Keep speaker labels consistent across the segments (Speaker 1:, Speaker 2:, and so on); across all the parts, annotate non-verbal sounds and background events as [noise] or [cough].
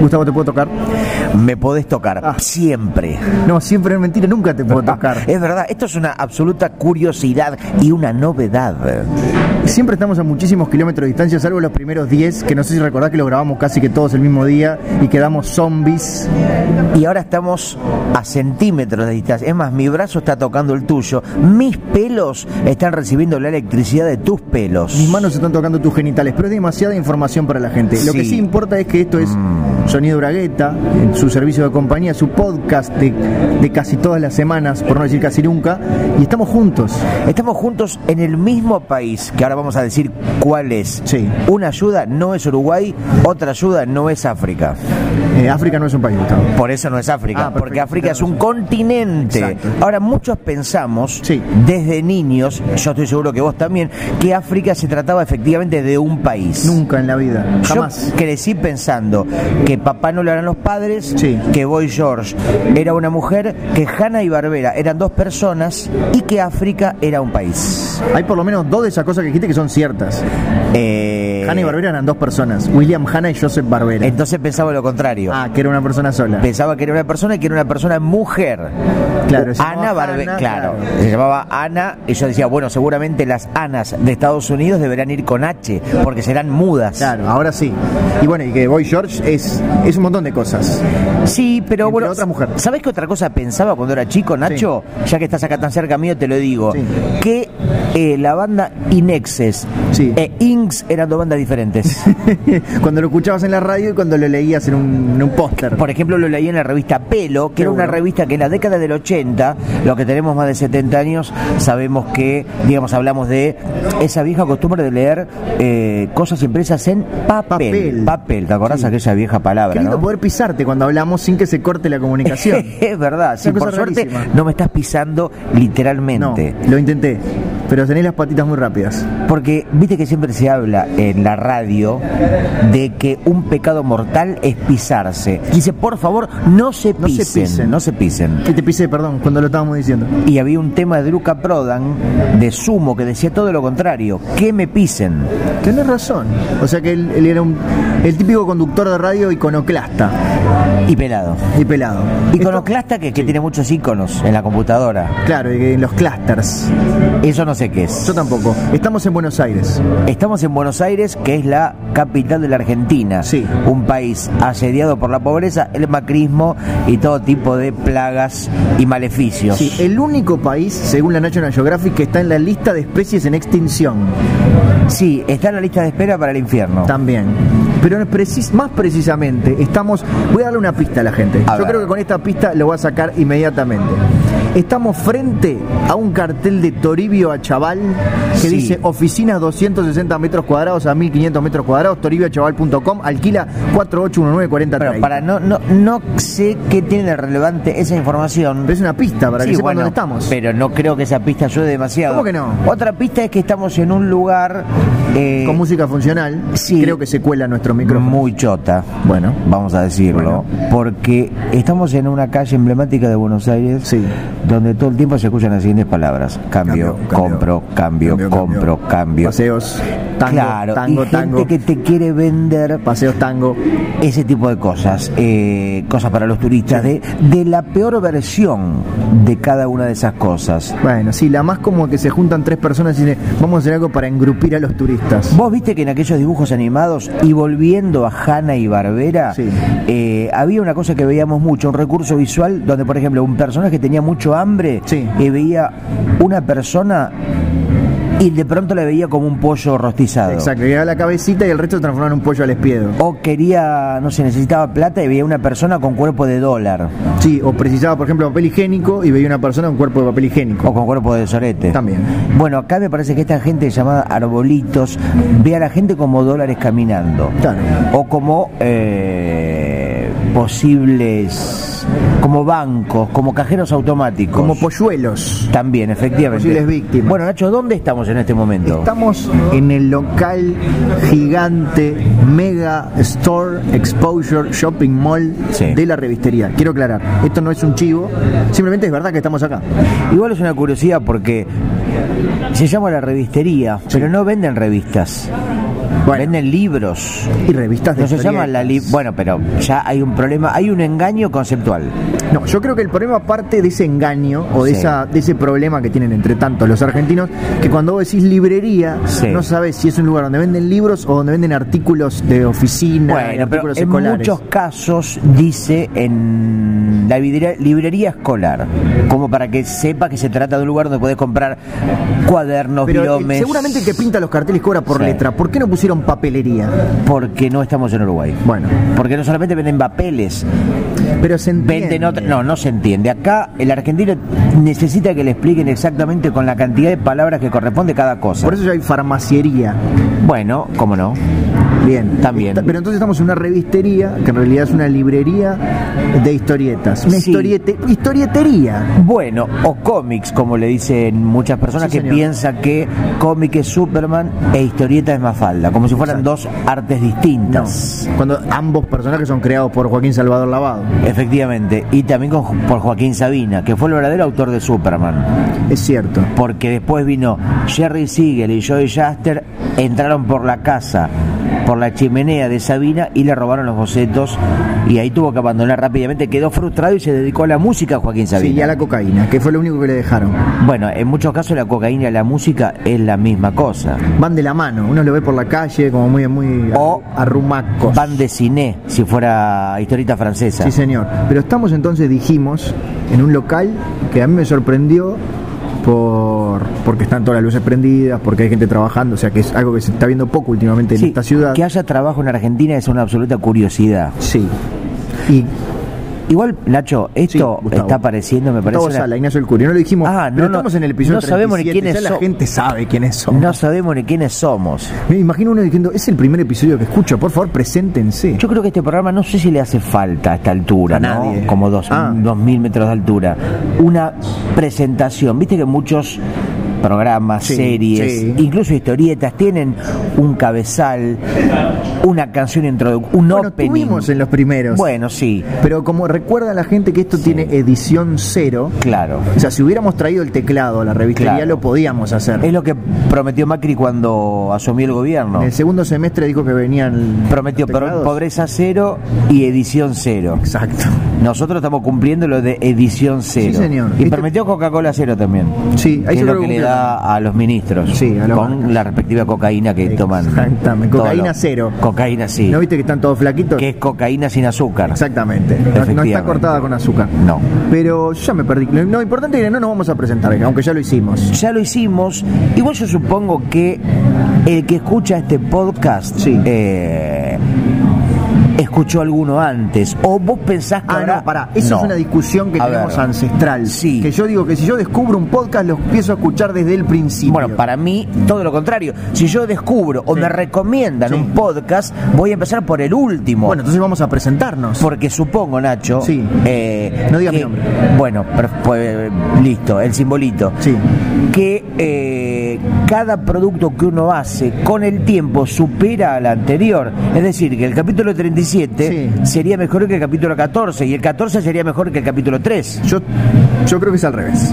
Speaker 1: Gustavo, ¿te puedo tocar?
Speaker 2: Me podés tocar,
Speaker 1: Ah.
Speaker 2: siempre. Ah,
Speaker 1: No, siempre es mentira, nunca te puedo tocar.
Speaker 2: [laughs] Es verdad, esto es una absoluta curiosidad y una novedad.
Speaker 1: Siempre estamos a muchísimos kilómetros de distancia, salvo los primeros 10, que no sé si recordás que los grabamos casi que todos el mismo día y quedamos zombies.
Speaker 2: Y ahora estamos a centímetros de distancia. Es más, mi brazo está tocando el tuyo. Mis pelos están recibiendo la electricidad de tus pelos.
Speaker 1: Mis manos están tocando tus genitales, pero es demasiada información para la gente. Lo que
Speaker 2: Sí. Mm.
Speaker 1: sí importa es que esto es Sonido Bragueta, su servicio de compañía, su podcast de, de casi todas las semanas, por no decir casi nunca, y estamos juntos.
Speaker 2: Estamos juntos en el mismo país, que ahora vamos a decir cuál es.
Speaker 1: Sí.
Speaker 2: Una ayuda no es Uruguay, otra ayuda no es África.
Speaker 1: Eh, África no es un país, Gustavo.
Speaker 2: Por eso no es África,
Speaker 1: Ah, perfecto,
Speaker 2: porque África es
Speaker 1: tenés
Speaker 2: un continente.
Speaker 1: Exacto.
Speaker 2: Ahora, muchos pensamos,
Speaker 1: Sí.
Speaker 2: desde niños, yo estoy seguro que vos también, que África se trataba efectivamente de un país.
Speaker 1: Nunca en la vida,
Speaker 2: Yo
Speaker 1: jamás.
Speaker 2: crecí pensando que papá no lo eran los padres,
Speaker 1: Sí.
Speaker 2: que Boy George era una mujer, que Hanna y Barbera eran dos personas y que África era un país.
Speaker 1: Hay por lo menos dos de esas cosas que dijiste que son ciertas.
Speaker 2: Eh,
Speaker 1: Hanna y Barbera eran dos personas, William Hanna y Joseph Barbera.
Speaker 2: Entonces pensaba lo contrario.
Speaker 1: Ah, que era una persona sola.
Speaker 2: Pensaba que era una persona y que era una persona mujer.
Speaker 1: Claro, se
Speaker 2: Ana
Speaker 1: llamaba
Speaker 2: Barbera.
Speaker 1: Ana,
Speaker 2: Claro,
Speaker 1: claro.
Speaker 2: se llamaba Ana y yo decía, bueno, seguramente las Anas de Estados Unidos deberán ir con H porque serán mudas.
Speaker 1: Claro, ahora sí. Y bueno, y que Boy George es, es un montón de cosas. [laughs]
Speaker 2: Sí, pero
Speaker 1: Entre
Speaker 2: bueno,
Speaker 1: otra mujer.
Speaker 2: ¿sabes qué otra cosa pensaba cuando era chico, Nacho? Ya que estás acá tan cerca mío, te lo digo.
Speaker 1: Sí.
Speaker 2: Que eh, la banda Inexes
Speaker 1: Sí.
Speaker 2: e Inks eran dos
Speaker 1: [laughs]
Speaker 2: bandas diferentes.
Speaker 1: cuando lo escuchabas en la radio y cuando lo leías en un, en un póster.
Speaker 2: Por ejemplo, lo leí en la revista Pelo, que era una
Speaker 1: Seguro.
Speaker 2: revista que en la década del 80, los que tenemos más de 70 años, sabemos que, digamos, hablamos de esa vieja costumbre de leer eh, cosas impresas en papel.
Speaker 1: Papel.
Speaker 2: ¿te acordás
Speaker 1: Sí.
Speaker 2: aquella vieja palabra?
Speaker 1: Qué lindo
Speaker 2: no?
Speaker 1: poder pisarte cuando hablamos sin que se corte la
Speaker 2: [laughs]
Speaker 1: comunicación.
Speaker 2: es verdad, sí,
Speaker 1: Una cosa
Speaker 2: por suerte
Speaker 1: rarísima.
Speaker 2: no me estás pisando
Speaker 1: no,
Speaker 2: literalmente.
Speaker 1: lo intenté, pero tenés las patitas muy rápidas.
Speaker 2: Porque viste que siempre se habla en la radio de que un pecado mortal es pisarse. Dice, por favor, no se
Speaker 1: No se
Speaker 2: pisen,
Speaker 1: pisen.
Speaker 2: no se pisen.
Speaker 1: Que te pisé, perdón, cuando lo estábamos diciendo.
Speaker 2: Y había un tema de Luca Prodan, de Sumo, que decía todo lo contrario, que me pisen.
Speaker 1: Tenés razón. O sea que él, él era un, el típico conductor de radio iconoclasta
Speaker 2: Y pelado.
Speaker 1: y pelado.
Speaker 2: Iconoclasta que, que tiene muchos iconos en la computadora.
Speaker 1: Claro, y en los clusters.
Speaker 2: Eso no sé qué es.
Speaker 1: Yo tampoco. Estamos en Buenos Aires.
Speaker 2: Estamos en Buenos Aires, que es la capital de la Argentina.
Speaker 1: Sí.
Speaker 2: Un país asediado por la pobreza, el macrismo y todo tipo de plagas y maleficios.
Speaker 1: Sí, eh. el único país, según la National Geographic, que está en la lista de especies en extinción
Speaker 2: Sí, está en la lista de espera para el infierno.
Speaker 1: también. Pero en precis- más precisamente, estamos. Voy a darle una pista a la gente.
Speaker 2: A
Speaker 1: Yo
Speaker 2: ver.
Speaker 1: creo que con esta pista lo va a sacar inmediatamente. Estamos frente a un cartel de Toribio Achaval que
Speaker 2: Sí.
Speaker 1: dice oficinas 260 metros cuadrados a 1500 metros cuadrados, toribioachaval.com, alquila 4819403.
Speaker 2: Pero para no, no, no sé qué tiene de relevante esa información.
Speaker 1: Pero es una pista para
Speaker 2: Sí,
Speaker 1: que sepan
Speaker 2: bueno,
Speaker 1: dónde estamos.
Speaker 2: Pero no creo que esa pista ayude demasiado.
Speaker 1: ¿Cómo que no?
Speaker 2: Otra pista es que estamos en un lugar eh,
Speaker 1: Con música funcional,
Speaker 2: Sí.
Speaker 1: creo que se cuela nuestro micrófono.
Speaker 2: muy chota.
Speaker 1: Bueno.
Speaker 2: Vamos a decirlo,
Speaker 1: Bueno.
Speaker 2: porque estamos en una calle emblemática de Buenos Aires
Speaker 1: Sí.
Speaker 2: donde todo el tiempo se escuchan las siguientes palabras:
Speaker 1: Cambio,
Speaker 2: cambio,
Speaker 1: cambio.
Speaker 2: compro, cambio,
Speaker 1: Cambio,
Speaker 2: compro,
Speaker 1: cambio.
Speaker 2: cambio.
Speaker 1: Paseos, tango,
Speaker 2: claro,
Speaker 1: tango,
Speaker 2: y gente
Speaker 1: tango.
Speaker 2: que te quiere vender
Speaker 1: Paseos, tango.
Speaker 2: ese tipo de cosas, eh, cosas para los turistas, de, de la peor versión de cada una de esas cosas.
Speaker 1: Bueno, sí, la más como que se juntan tres personas y dicen, vamos a hacer algo para engrupir a los turistas.
Speaker 2: Vos viste que en aquellos dibujos animados, y volviendo a Hanna y Barbera,
Speaker 1: Sí.
Speaker 2: eh, había una cosa que veíamos mucho, un recurso visual donde, por ejemplo, un personaje tenía mucho hambre
Speaker 1: Sí.
Speaker 2: y veía una persona y de pronto le veía como un pollo rostizado.
Speaker 1: Exacto, llegaba la cabecita y el resto se transformaba en un pollo al espiedo.
Speaker 2: O quería, no sé, necesitaba plata y veía una persona con cuerpo de dólar
Speaker 1: Sí, o precisaba, por ejemplo, papel higiénico y veía una persona con cuerpo de papel higiénico.
Speaker 2: o con cuerpo de sorete.
Speaker 1: También.
Speaker 2: Bueno, acá me parece que esta gente llamada arbolitos ve a la gente como dólares caminando.
Speaker 1: Claro.
Speaker 2: O como eh, posibles, como bancos, como cajeros automáticos.
Speaker 1: Como polluelos.
Speaker 2: También, efectivamente.
Speaker 1: posibles víctimas.
Speaker 2: Bueno, Nacho, ¿dónde estamos en este momento?
Speaker 1: Estamos en el local gigante Mega Store Exposure Shopping Mall
Speaker 2: Sí.
Speaker 1: de la revistería. Quiero aclarar, esto no es un chivo, simplemente es verdad que estamos acá.
Speaker 2: Igual es una curiosidad porque se llama la revistería, pero no venden revistas.
Speaker 1: Bueno.
Speaker 2: Venden libros.
Speaker 1: Y revistas de
Speaker 2: No se llama la li-
Speaker 1: historietas.
Speaker 2: Bueno, pero ya hay un problema, hay un engaño conceptual.
Speaker 1: No, yo creo que el problema parte de ese engaño o de,
Speaker 2: Sí.
Speaker 1: esa, de ese problema que tienen entre tantos los argentinos, que cuando vos decís librería,
Speaker 2: Sí.
Speaker 1: no sabes si es un lugar donde venden libros o donde venden artículos de oficina,
Speaker 2: Bueno, pero
Speaker 1: artículos
Speaker 2: en
Speaker 1: escolares.
Speaker 2: muchos casos dice en la vidri- librería escolar, como para que sepa que se trata de un lugar donde puedes comprar cuadernos,
Speaker 1: Pero el-
Speaker 2: bilomes.
Speaker 1: seguramente el que pinta los carteles cobra por
Speaker 2: Sí.
Speaker 1: letra. ¿Por qué no pusieron papelería?
Speaker 2: Porque no estamos en Uruguay.
Speaker 1: Bueno,
Speaker 2: Porque no solamente venden papeles,
Speaker 1: pero se entiende.
Speaker 2: venden otra. No, no se entiende. Acá el argentino necesita que le expliquen exactamente con la cantidad de palabras que corresponde cada cosa.
Speaker 1: Por eso ya hay farmaciería.
Speaker 2: Bueno, cómo no.
Speaker 1: Bien.
Speaker 2: También.
Speaker 1: Está- Pero entonces estamos en una revistería, que en realidad es una librería de historietas. Una
Speaker 2: Sí.
Speaker 1: historiete- historietería.
Speaker 2: Bueno, o cómics, como le dicen muchas personas
Speaker 1: Sí,
Speaker 2: que
Speaker 1: señor.
Speaker 2: piensan que cómic es Superman e historieta es Mafalda, como si fueran
Speaker 1: Exacto.
Speaker 2: dos artes
Speaker 1: No.
Speaker 2: distintas.
Speaker 1: Cuando ambos personajes son creados por Joaquín Salvador Lavado.
Speaker 2: Efectivamente, y también con- por Joaquín Sabina, que fue el verdadero autor de Superman,
Speaker 1: Es cierto.
Speaker 2: porque después vino Jerry Siegel y Joey Shuster, entraron por la casa, por la chimenea de Sabina y le robaron los bocetos y ahí tuvo que abandonar rápidamente, quedó frustrado y se dedicó a la música Joaquín Sabina.
Speaker 1: Sí, y a la cocaína, que fue lo único que le dejaron.
Speaker 2: Bueno, en muchos casos la cocaína y la música es la misma cosa.
Speaker 1: Van de la mano, uno lo ve por la calle como muy, muy
Speaker 2: O
Speaker 1: arrumacos.
Speaker 2: Van de cine, si fuera historieta francesa.
Speaker 1: Sí, señor. Pero estamos entonces, dijimos, en un local que a mí me sorprendió por porque están todas las luces prendidas, porque hay gente trabajando, o sea que es algo que se está viendo poco últimamente en
Speaker 2: Sí,
Speaker 1: esta ciudad.
Speaker 2: Que haya trabajo en Argentina es una absoluta curiosidad.
Speaker 1: Sí. Y
Speaker 2: Igual, Nacho, esto
Speaker 1: Sí, Gustavo.
Speaker 2: está apareciendo, me parece.
Speaker 1: Gustavo
Speaker 2: una-
Speaker 1: Sala, Ignacio El Curio, no lo dijimos,
Speaker 2: Ah, no,
Speaker 1: pero
Speaker 2: no,
Speaker 1: estamos en el episodio
Speaker 2: no sabemos ni
Speaker 1: 37,
Speaker 2: quiénes
Speaker 1: ya
Speaker 2: son.
Speaker 1: la gente sabe quiénes son.
Speaker 2: No sabemos ni quiénes somos.
Speaker 1: Me imagino uno diciendo, es el primer episodio que escucho, por favor, preséntense.
Speaker 2: Yo creo que este programa no sé si le hace falta a esta altura,
Speaker 1: A
Speaker 2: ¿no?
Speaker 1: nadie.
Speaker 2: Como dos,
Speaker 1: Ah.
Speaker 2: dos mil metros de altura. Una presentación. Viste que muchos programas,
Speaker 1: Sí,
Speaker 2: series,
Speaker 1: sí.
Speaker 2: incluso historietas, tienen un cabezal, una canción introductoria, un
Speaker 1: Bueno,
Speaker 2: opening.
Speaker 1: tuvimos en los primeros.
Speaker 2: Bueno, sí,
Speaker 1: Pero como recuerda la gente que esto tiene edición cero,
Speaker 2: claro.
Speaker 1: o sea, si hubiéramos traído el teclado a la revistería
Speaker 2: Claro.
Speaker 1: lo podíamos hacer.
Speaker 2: Es lo que prometió Macri cuando asumió el gobierno.
Speaker 1: En el segundo semestre dijo que venían
Speaker 2: Prometió
Speaker 1: los
Speaker 2: pro-
Speaker 1: teclados.
Speaker 2: pobreza cero y edición cero.
Speaker 1: Exacto.
Speaker 2: Nosotros estamos cumpliendo lo de edición cero.
Speaker 1: señor.
Speaker 2: Y
Speaker 1: Este-
Speaker 2: prometió Coca-Cola cero también.
Speaker 1: Sí, ahí yo
Speaker 2: que es
Speaker 1: creo
Speaker 2: lo
Speaker 1: que
Speaker 2: que le
Speaker 1: cumplió.
Speaker 2: da a los ministros.
Speaker 1: Sí, a las
Speaker 2: con
Speaker 1: marcas.
Speaker 2: la respectiva cocaína que toman.
Speaker 1: Exactamente,
Speaker 2: Todos
Speaker 1: cocaína
Speaker 2: los-
Speaker 1: cero.
Speaker 2: Cocaína sí.
Speaker 1: ¿No viste que están todos flaquitos?
Speaker 2: Que es cocaína sin azúcar.
Speaker 1: Exactamente. No- No, está
Speaker 2: Efectivamente.
Speaker 1: cortada con azúcar.
Speaker 2: No.
Speaker 1: Pero yo ya me perdí. Lo, lo importante es que no nos vamos a presentar, aunque ya lo hicimos.
Speaker 2: Ya lo hicimos. Igual yo supongo que el que escucha este podcast
Speaker 1: Sí.
Speaker 2: eh, escuchó alguno antes. O vos pensás que
Speaker 1: Ah,
Speaker 2: habrá-
Speaker 1: no, pará. Eso
Speaker 2: No.
Speaker 1: es una discusión que
Speaker 2: A
Speaker 1: tenemos
Speaker 2: ver.
Speaker 1: ancestral.
Speaker 2: Sí.
Speaker 1: Que yo digo que si yo descubro un podcast, lo empiezo a escuchar desde el principio.
Speaker 2: Bueno, para mí, todo lo contrario. Si yo descubro o
Speaker 1: Sí.
Speaker 2: me recomiendan
Speaker 1: Sí.
Speaker 2: un podcast, voy a empezar por el último.
Speaker 1: Bueno, entonces vamos a presentarnos.
Speaker 2: porque supongo, Nacho.
Speaker 1: Sí.
Speaker 2: eh,
Speaker 1: No diga
Speaker 2: que-
Speaker 1: mi nombre.
Speaker 2: Bueno, per- pues, listo, el simbolito.
Speaker 1: Sí.
Speaker 2: Que eh, cada producto que uno hace con el tiempo supera al anterior. Es decir, que el capítulo 37
Speaker 1: Sí.
Speaker 2: sería mejor que el capítulo 14 y el 14 sería mejor que el capítulo 3.
Speaker 1: Yo, yo creo que es al revés.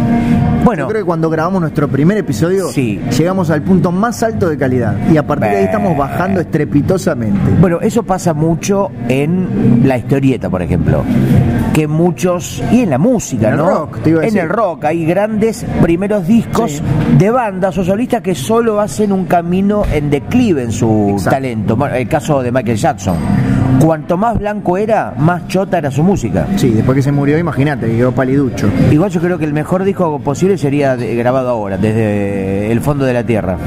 Speaker 2: Bueno,
Speaker 1: Yo creo que cuando grabamos nuestro primer episodio,
Speaker 2: Sí.
Speaker 1: llegamos al punto más alto de calidad. Y a partir de ahí estamos bajando estrepitosamente.
Speaker 2: Bueno, eso pasa mucho en la historieta, por ejemplo. Que muchos. Y en la música,
Speaker 1: En el
Speaker 2: ¿no?
Speaker 1: rock, te iba a
Speaker 2: en
Speaker 1: decir.
Speaker 2: el rock hay grandes primeros discos
Speaker 1: Sí.
Speaker 2: de bandas o solistas que solo hacen un camino en declive en su
Speaker 1: Exacto.
Speaker 2: talento. Bueno, el caso de Michael Jackson. Cuanto más blanco era, más chota era su música.
Speaker 1: Sí, después que se murió, imagínate, quedó paliducho.
Speaker 2: Igual yo creo que el mejor disco posible sería de- grabado ahora, desde el fondo de
Speaker 1: [laughs]
Speaker 2: la tierra.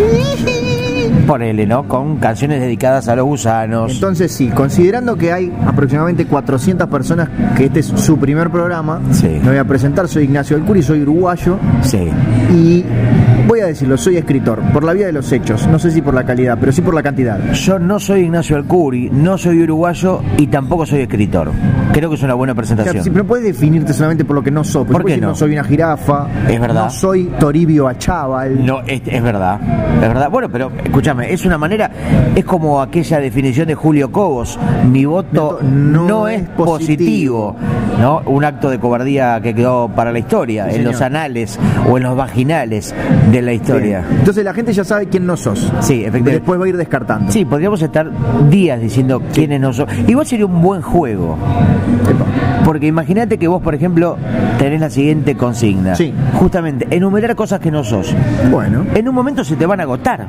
Speaker 2: Ponele, ¿no? Con canciones dedicadas a los gusanos.
Speaker 1: Entonces sí, considerando que hay aproximadamente 400 personas que este es su primer programa,
Speaker 2: Sí.
Speaker 1: me voy a presentar, soy Ignacio del Curi, soy uruguayo
Speaker 2: sí.
Speaker 1: y voy a decirlo, soy escritor, por la vía de los hechos, no sé si por la calidad, pero sí por la cantidad.
Speaker 2: Yo no soy Ignacio Alcuri, no soy uruguayo y tampoco soy escritor. Creo que es una buena
Speaker 1: O sea,
Speaker 2: presentación.
Speaker 1: si- pero puedes definirte solamente por lo que no Ah. sos, porque yo
Speaker 2: ¿Por qué
Speaker 1: puedo decir,
Speaker 2: no?
Speaker 1: soy una jirafa,
Speaker 2: Es verdad.
Speaker 1: no soy Toribio Achával.
Speaker 2: No, es, es verdad, es verdad. Bueno, pero escúchame, es una manera, es como aquella definición de Julio Cobos, mi voto
Speaker 1: Mi voto
Speaker 2: no, es positivo. ¿no? Un acto de cobardía que quedó para la historia, en los anales o en los vaginales de la historia.
Speaker 1: Bien. Entonces la gente ya sabe quién no sos.
Speaker 2: Sí, efectivamente.
Speaker 1: Después va a ir descartando.
Speaker 2: Sí, podríamos estar días diciendo quiénes no son. Igual sería un buen juego. Porque imagínate que vos, por ejemplo, tenés la siguiente consigna.
Speaker 1: Sí.
Speaker 2: Justamente, enumerar cosas que no sos.
Speaker 1: Bueno.
Speaker 2: En un momento se te van a agotar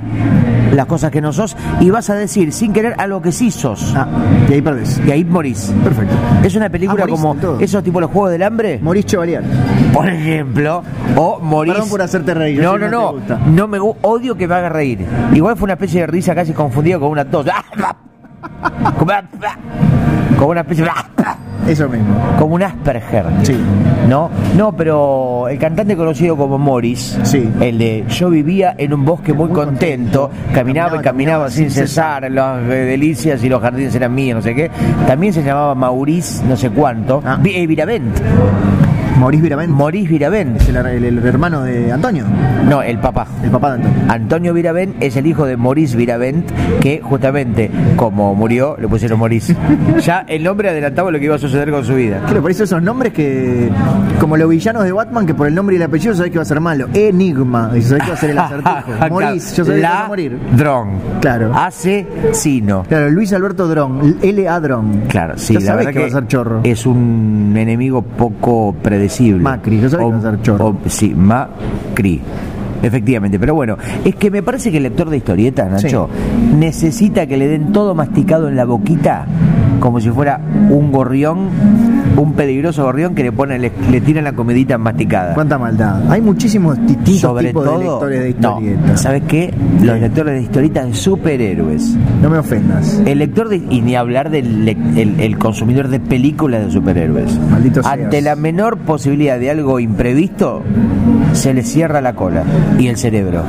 Speaker 2: las cosas que no sos y vas a decir sin querer algo que sí sos.
Speaker 1: Ah, y ahí perdés.
Speaker 2: Y ahí morís.
Speaker 1: Perfecto.
Speaker 2: Es una película
Speaker 1: Ah, morís
Speaker 2: como
Speaker 1: en todo.
Speaker 2: esos tipo los juegos del hambre,
Speaker 1: Morís Chevalier.
Speaker 2: por ejemplo, o morís.
Speaker 1: Perdón por hacerte reír, yo
Speaker 2: No,
Speaker 1: sé
Speaker 2: no,
Speaker 1: que
Speaker 2: no.
Speaker 1: no te gusta.
Speaker 2: No me gu- odio que me haga reír. Igual fue una especie de risa casi confundida con una tos. [laughs] Como como una especie de
Speaker 1: Eso mismo.
Speaker 2: como un Asperger.
Speaker 1: Sí.
Speaker 2: ¿No? No, pero el cantante conocido como Morris,
Speaker 1: Sí.
Speaker 2: el de Yo vivía en un bosque muy, contento, caminaba y
Speaker 1: Caminaba,
Speaker 2: caminaba
Speaker 1: caminaba
Speaker 2: sin
Speaker 1: sin
Speaker 2: cesar, las eh, delicias y los jardines eran míos, no sé qué. También se llamaba Maurice, no sé cuánto,
Speaker 1: Ah.
Speaker 2: Vi- eh, Viravent,
Speaker 1: Morís Viravent.
Speaker 2: Maurice Viravent.
Speaker 1: es el, el- el hermano de Antonio.
Speaker 2: No, el papá.
Speaker 1: El papá de Antonio.
Speaker 2: Antonio Viravent es el hijo de Maurice Viravent, que justamente como murió, le
Speaker 1: [laughs]
Speaker 2: pusieron Maurice. ya el nombre adelantaba lo que iba a suceder con su vida.
Speaker 1: ¿Qué le parece esos nombres que. Como los villanos de Batman, que por el nombre y el apellido sabés que va a ser malo. Enigma. Y sabés que va a ser el
Speaker 2: [laughs]
Speaker 1: acertijo. Morís. Yo sabía que iba a morir.
Speaker 2: Ladrón.
Speaker 1: Claro.
Speaker 2: Asesino.
Speaker 1: Claro, Luis Alberto Drón. L.A. Drón.
Speaker 2: Claro, sí,
Speaker 1: Ya
Speaker 2: la
Speaker 1: sabés
Speaker 2: verdad
Speaker 1: que, va a ser chorro.
Speaker 2: es un enemigo poco predecible.
Speaker 1: Macri, yo sabía que iba a ser chorro.
Speaker 2: o- sí, Macri. Efectivamente, pero bueno, es que me parece que el lector de historietas, Nacho, necesita que le den todo masticado en la boquita, como si fuera un gorrión, un peligroso gorrión que le ponen, le, le tiran la comidita masticada.
Speaker 1: Cuánta maldad. Hay muchísimos distintos tipos de lectores de
Speaker 2: no,
Speaker 1: historietas. No,
Speaker 2: ¿sabes qué? Los lectores de historietas de superhéroes.
Speaker 1: me ofendas.
Speaker 2: El lector, de- y ni hablar del lec- el, el consumidor de películas de superhéroes.
Speaker 1: Maldito seas.
Speaker 2: Ante la menor posibilidad de algo imprevisto, se le cierra la cola y el cerebro.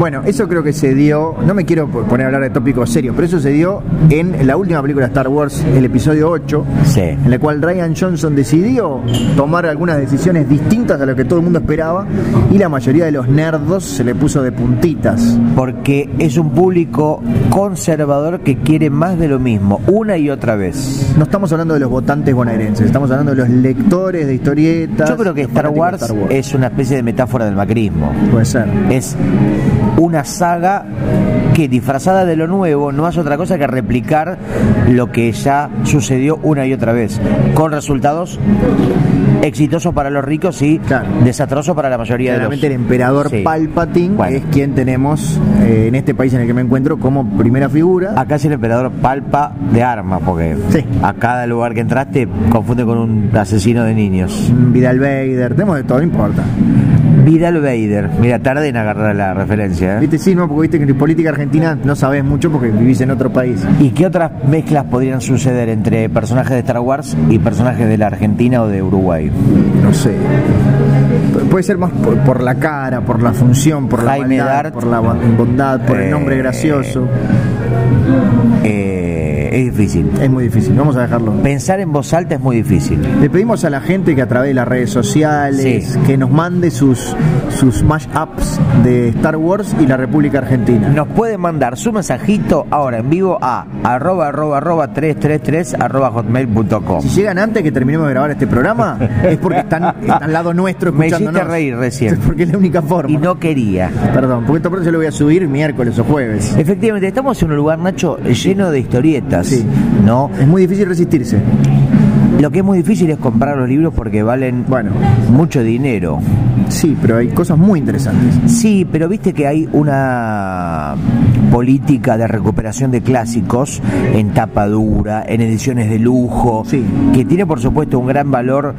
Speaker 1: Bueno, eso creo que se dio. No me quiero poner a hablar de tópicos serios, pero eso se dio en la última película de Star Wars, el episodio 8.
Speaker 2: Sí.
Speaker 1: en la cual Ryan Johnson decidió tomar algunas decisiones distintas a lo que todo el mundo esperaba y la mayoría de los nerdos se le puso de puntitas.
Speaker 2: Porque es un público conservador que quiere más de lo mismo, una y otra vez.
Speaker 1: No estamos hablando de los votantes bonaerenses, estamos hablando de los lectores de historietas.
Speaker 2: Yo creo que
Speaker 1: los
Speaker 2: Star
Speaker 1: fanáticos este de
Speaker 2: Wars es una especie de metáfora del macrismo.
Speaker 1: Puede ser.
Speaker 2: Es una saga que disfrazada de lo nuevo no hace otra cosa que replicar lo que ya sucedió una y otra vez, con resultados exitosos para los ricos y
Speaker 1: Claro.
Speaker 2: desastrosos para la mayoría de los.
Speaker 1: Claramente el emperador
Speaker 2: Sí.
Speaker 1: Palpatine
Speaker 2: Bueno.
Speaker 1: es quien tenemos eh, en este país en el que me encuentro como primera figura.
Speaker 2: Acá es el emperador palpa de armas, porque
Speaker 1: Sí.
Speaker 2: a cada lugar que entraste confunde con un asesino de niños.
Speaker 1: Vidal Vader, tenemos de todo, no importa.
Speaker 2: Vidal Vader, mira, tarde en agarrar la referencia. ¿eh?
Speaker 1: Viste, sí, no, porque viste que en política argentina no sabes mucho porque vivís en otro país.
Speaker 2: ¿Y qué otras mezclas podrían suceder entre personajes de Star Wars y personajes de la Argentina o de Uruguay?
Speaker 1: no sé. Pu- Puede ser más por, por la cara, por la función, por la
Speaker 2: Jaime
Speaker 1: maldad,
Speaker 2: Dart.
Speaker 1: por la bon- bondad, por
Speaker 2: Eh.
Speaker 1: el nombre gracioso.
Speaker 2: Eh, es difícil.
Speaker 1: Es muy difícil, vamos a dejarlo.
Speaker 2: Pensar en voz alta es muy difícil.
Speaker 1: Le pedimos a la gente que a través de las redes sociales
Speaker 2: Sí.
Speaker 1: que nos mande sus sus mashups de Star Wars y la República Argentina.
Speaker 2: Nos pueden mandar su mensajito ahora en vivo a arroba arroba arroba 333 arroba hotmail.com.
Speaker 1: Si llegan antes que terminemos de grabar este programa, es porque están, están al lado nuestro
Speaker 2: [laughs] Me hiciste
Speaker 1: escuchándonos.
Speaker 2: reír recién.
Speaker 1: Es porque es la única
Speaker 2: Y
Speaker 1: forma.
Speaker 2: no quería.
Speaker 1: Perdón, porque esto pronto yo lo voy a subir miércoles o jueves.
Speaker 2: Efectivamente, estamos en un lugar, Nacho, lleno de historietas,
Speaker 1: Sí.
Speaker 2: ¿no?
Speaker 1: Es muy difícil resistirse.
Speaker 2: Lo que es muy difícil es comprar los libros porque valen
Speaker 1: Bueno.
Speaker 2: mucho dinero.
Speaker 1: Sí, pero hay cosas muy interesantes.
Speaker 2: Sí, pero viste que hay una política de recuperación de clásicos en tapa dura, en ediciones de lujo,
Speaker 1: Sí.
Speaker 2: que tiene por supuesto un gran valor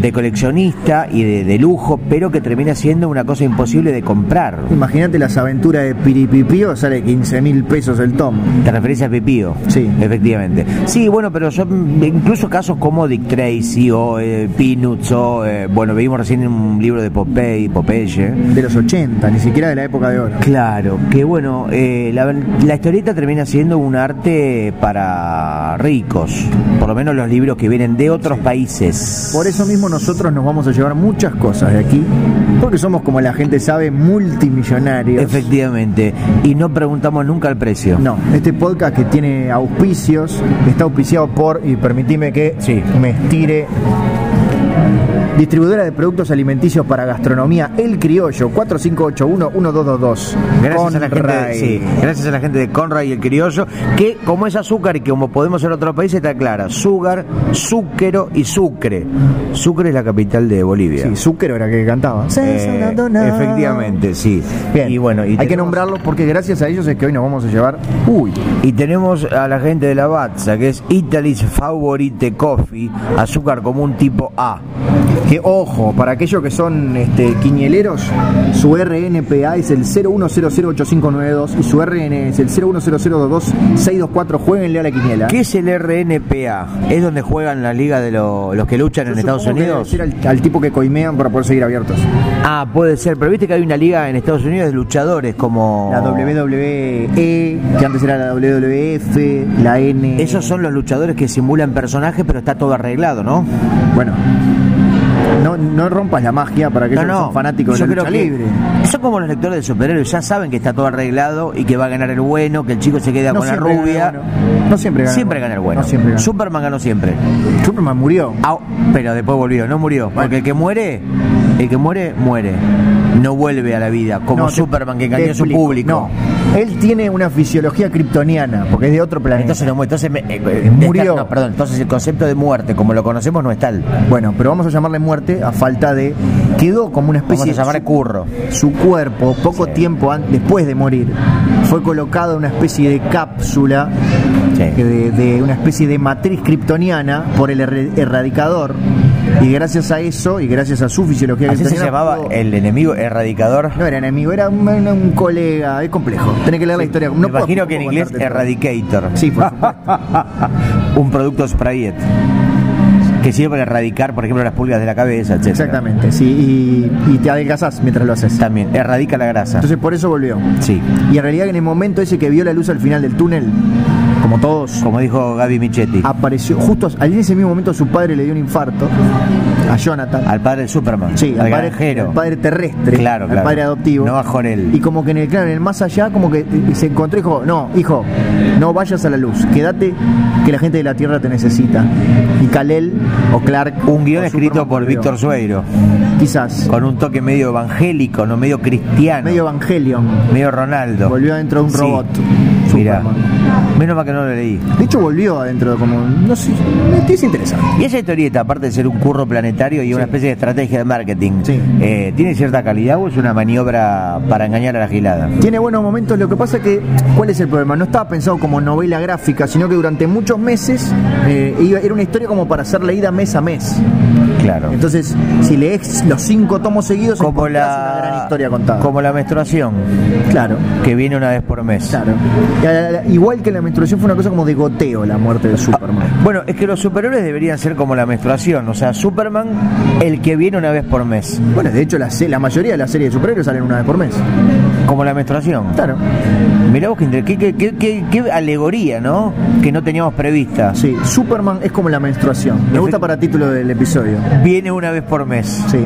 Speaker 2: de coleccionista y de, de lujo, pero que termina siendo una cosa imposible de comprar.
Speaker 1: Imagínate las aventuras de Piripipío, sale 15 mil pesos el tomo.
Speaker 2: Te referís a Pipío.
Speaker 1: Sí.
Speaker 2: Efectivamente. Sí, bueno, pero yo, mm, incluso casos como Dick Tracy o eh, Peanuts o, eh, bueno, vimos recién un libro de Popeye, Popeye.
Speaker 1: De los 80, ni siquiera de la época de oro.
Speaker 2: Claro, que bueno, eh, eh, la, la historieta termina siendo un arte para ricos, por lo menos los libros que vienen de otros países.
Speaker 1: Por eso mismo nosotros nos vamos a llevar muchas cosas de aquí, porque somos, como la gente sabe, multimillonarios.
Speaker 2: Efectivamente, y no preguntamos nunca el precio.
Speaker 1: No, este podcast que tiene auspicios, está auspiciado por, y permitime que
Speaker 2: Sí.
Speaker 1: me estire, distribuidora de productos alimenticios para gastronomía El Criollo, 4581-1222.
Speaker 2: Gracias a, la gente de,
Speaker 1: Conray.
Speaker 2: sí, gracias a la gente de Conrad y el criollo, que como es azúcar y que como podemos en otros países está clara, Sugar, Zúquero y Sucre. Sucre es la capital de Bolivia.
Speaker 1: Sí, Zucchero era que cantaba.
Speaker 2: Eh, efectivamente, sí.
Speaker 1: Bien,
Speaker 2: Y bueno, y
Speaker 1: hay que
Speaker 2: tenemos-
Speaker 1: nombrarlos porque gracias a ellos es que hoy nos vamos a llevar. Uy,
Speaker 2: Y tenemos a la gente de la Batza, que es Italy's Favorite Coffee, azúcar común tipo A.
Speaker 1: que Eh, ojo, para aquellos que son este, quiñeleros, su RNPA es el 01008592 y su RN es el 010022624. Jueguenle a la quiniela.
Speaker 2: ¿Qué es el RNPA? ¿Es donde juegan la liga de lo- los que luchan en
Speaker 1: Yo
Speaker 2: Estados
Speaker 1: supongo que
Speaker 2: Unidos?
Speaker 1: debe ser Al, al tipo que coimean para poder seguir abiertos.
Speaker 2: Ah, puede ser, pero viste que hay una liga en Estados Unidos de luchadores como...
Speaker 1: La WWE, que antes era la WWF, la N.
Speaker 2: Esos son los luchadores que simulan personajes, pero está todo arreglado, ¿no?
Speaker 1: Bueno. No, no rompas la magia para aquellos que son fanáticos
Speaker 2: yo
Speaker 1: de la
Speaker 2: creo
Speaker 1: lucha
Speaker 2: que
Speaker 1: libre.
Speaker 2: Son como los lectores de superhéroes, ya saben que está todo arreglado y que va a ganar el bueno, que el chico se queda
Speaker 1: No
Speaker 2: con la
Speaker 1: siempre
Speaker 2: rubia.
Speaker 1: gana el bueno. No siempre gana.
Speaker 2: Siempre gana el bueno.
Speaker 1: No siempre gana.
Speaker 2: Superman ganó siempre.
Speaker 1: Superman murió.
Speaker 2: Au, Ah, pero después volvió, no murió. Porque el que muere, el que muere, muere. No vuelve a la vida, como
Speaker 1: No, te-
Speaker 2: Superman que
Speaker 1: te
Speaker 2: engañó a su
Speaker 1: explico.
Speaker 2: público.
Speaker 1: No, él tiene una fisiología kryptoniana, porque es de otro planeta.
Speaker 2: Entonces no muere, entonces me- eh, eh,
Speaker 1: Murió.
Speaker 2: no, perdón, entonces el concepto de muerte, como lo conocemos, no es tal.
Speaker 1: bueno, pero vamos a llamarle muerte a falta de... Quedó como una
Speaker 2: Vamos
Speaker 1: especie
Speaker 2: a llamar
Speaker 1: de...
Speaker 2: curro.
Speaker 1: Su cuerpo, poco
Speaker 2: Sí.
Speaker 1: tiempo an- después de morir, fue colocado en una especie de cápsula,
Speaker 2: Sí.
Speaker 1: que de, de una especie de matriz kryptoniana por el erre- erradicador. Y gracias a eso, y gracias a su fisiología
Speaker 2: Así se
Speaker 1: kryptoniana,
Speaker 2: llamaba
Speaker 1: pudo-
Speaker 2: el enemigo erradicador.
Speaker 1: No era enemigo, era un, era un colega, es complejo. Tenés que leer la historia. No
Speaker 2: Me
Speaker 1: puedo-
Speaker 2: imagino
Speaker 1: no
Speaker 2: que en
Speaker 1: puedo
Speaker 2: inglés
Speaker 1: contarte todo.
Speaker 2: erradicator.
Speaker 1: Sí,
Speaker 2: [laughs]
Speaker 1: por supuesto.
Speaker 2: Un producto sprayet que sirve para erradicar, por ejemplo, las pulgas de la cabeza, etc.
Speaker 1: Exactamente, sí, y, y te adelgazás mientras lo haces.
Speaker 2: También erradica la grasa.
Speaker 1: Entonces por eso volvió.
Speaker 2: sí.
Speaker 1: Y en realidad en el momento ese que vio la luz al final del túnel, como todos,
Speaker 2: Como dijo Gaby Michetti,
Speaker 1: apareció, justo en ese mismo momento su padre le dio un infarto a Jonathan.
Speaker 2: al padre del Superman,
Speaker 1: Sí,
Speaker 2: al,
Speaker 1: al padre,
Speaker 2: granjero.
Speaker 1: al padre terrestre,
Speaker 2: Claro,
Speaker 1: al
Speaker 2: claro.
Speaker 1: padre adoptivo.
Speaker 2: No bajó en él.
Speaker 1: Y como que en el, claro, en el más allá, como que eh, se encontró y dijo, no, hijo, no vayas a la luz, quédate que la gente de la Tierra te necesita. Y Kalel o Clark.
Speaker 2: Un guión
Speaker 1: o
Speaker 2: escrito
Speaker 1: Superman
Speaker 2: por
Speaker 1: volvió.
Speaker 2: Víctor Sueiro,
Speaker 1: Quizás.
Speaker 2: con un toque medio evangélico, no medio cristiano,
Speaker 1: Medio Evangelion.
Speaker 2: medio Ronaldo.
Speaker 1: Volvió adentro de un robot.
Speaker 2: Mira,
Speaker 1: Superman.
Speaker 2: menos mal que no lo leí.
Speaker 1: De hecho volvió adentro de como. No sé. Es interesante.
Speaker 2: Y esa historieta, aparte de ser un curro planetario y una especie de estrategia de marketing,
Speaker 1: Sí.
Speaker 2: eh, ¿tiene cierta calidad o es una maniobra para engañar a la gilada?
Speaker 1: Tiene buenos momentos, lo que pasa que, ¿cuál es el problema? No estaba pensado como novela gráfica, sino que durante muchos meses eh, iba- era una historia como para ser leída mes a mes.
Speaker 2: Claro.
Speaker 1: Entonces, si lees los cinco tomos seguidos,
Speaker 2: como
Speaker 1: encontrás
Speaker 2: la
Speaker 1: una gran historia contada.
Speaker 2: Como la menstruación,
Speaker 1: Claro,
Speaker 2: que viene una vez por mes.
Speaker 1: claro. Y a la- la- Igual que la menstruación fue una cosa como de goteo la muerte de Superman.
Speaker 2: Bueno, es que los superhéroes deberían ser como la menstruación, o sea, Superman, el que viene una vez por mes,
Speaker 1: Bueno, de hecho, la, se- la mayoría de las series de superhéroes salen una vez por mes.
Speaker 2: como la menstruación.
Speaker 1: Claro.
Speaker 2: Mirá vos, que entre- qué, qué- qué- qué- qué alegoría, ¿no? Que no teníamos prevista.
Speaker 1: Sí, Superman es como la menstruación. Me gusta para título del episodio.
Speaker 2: Viene una vez por mes.
Speaker 1: Sí,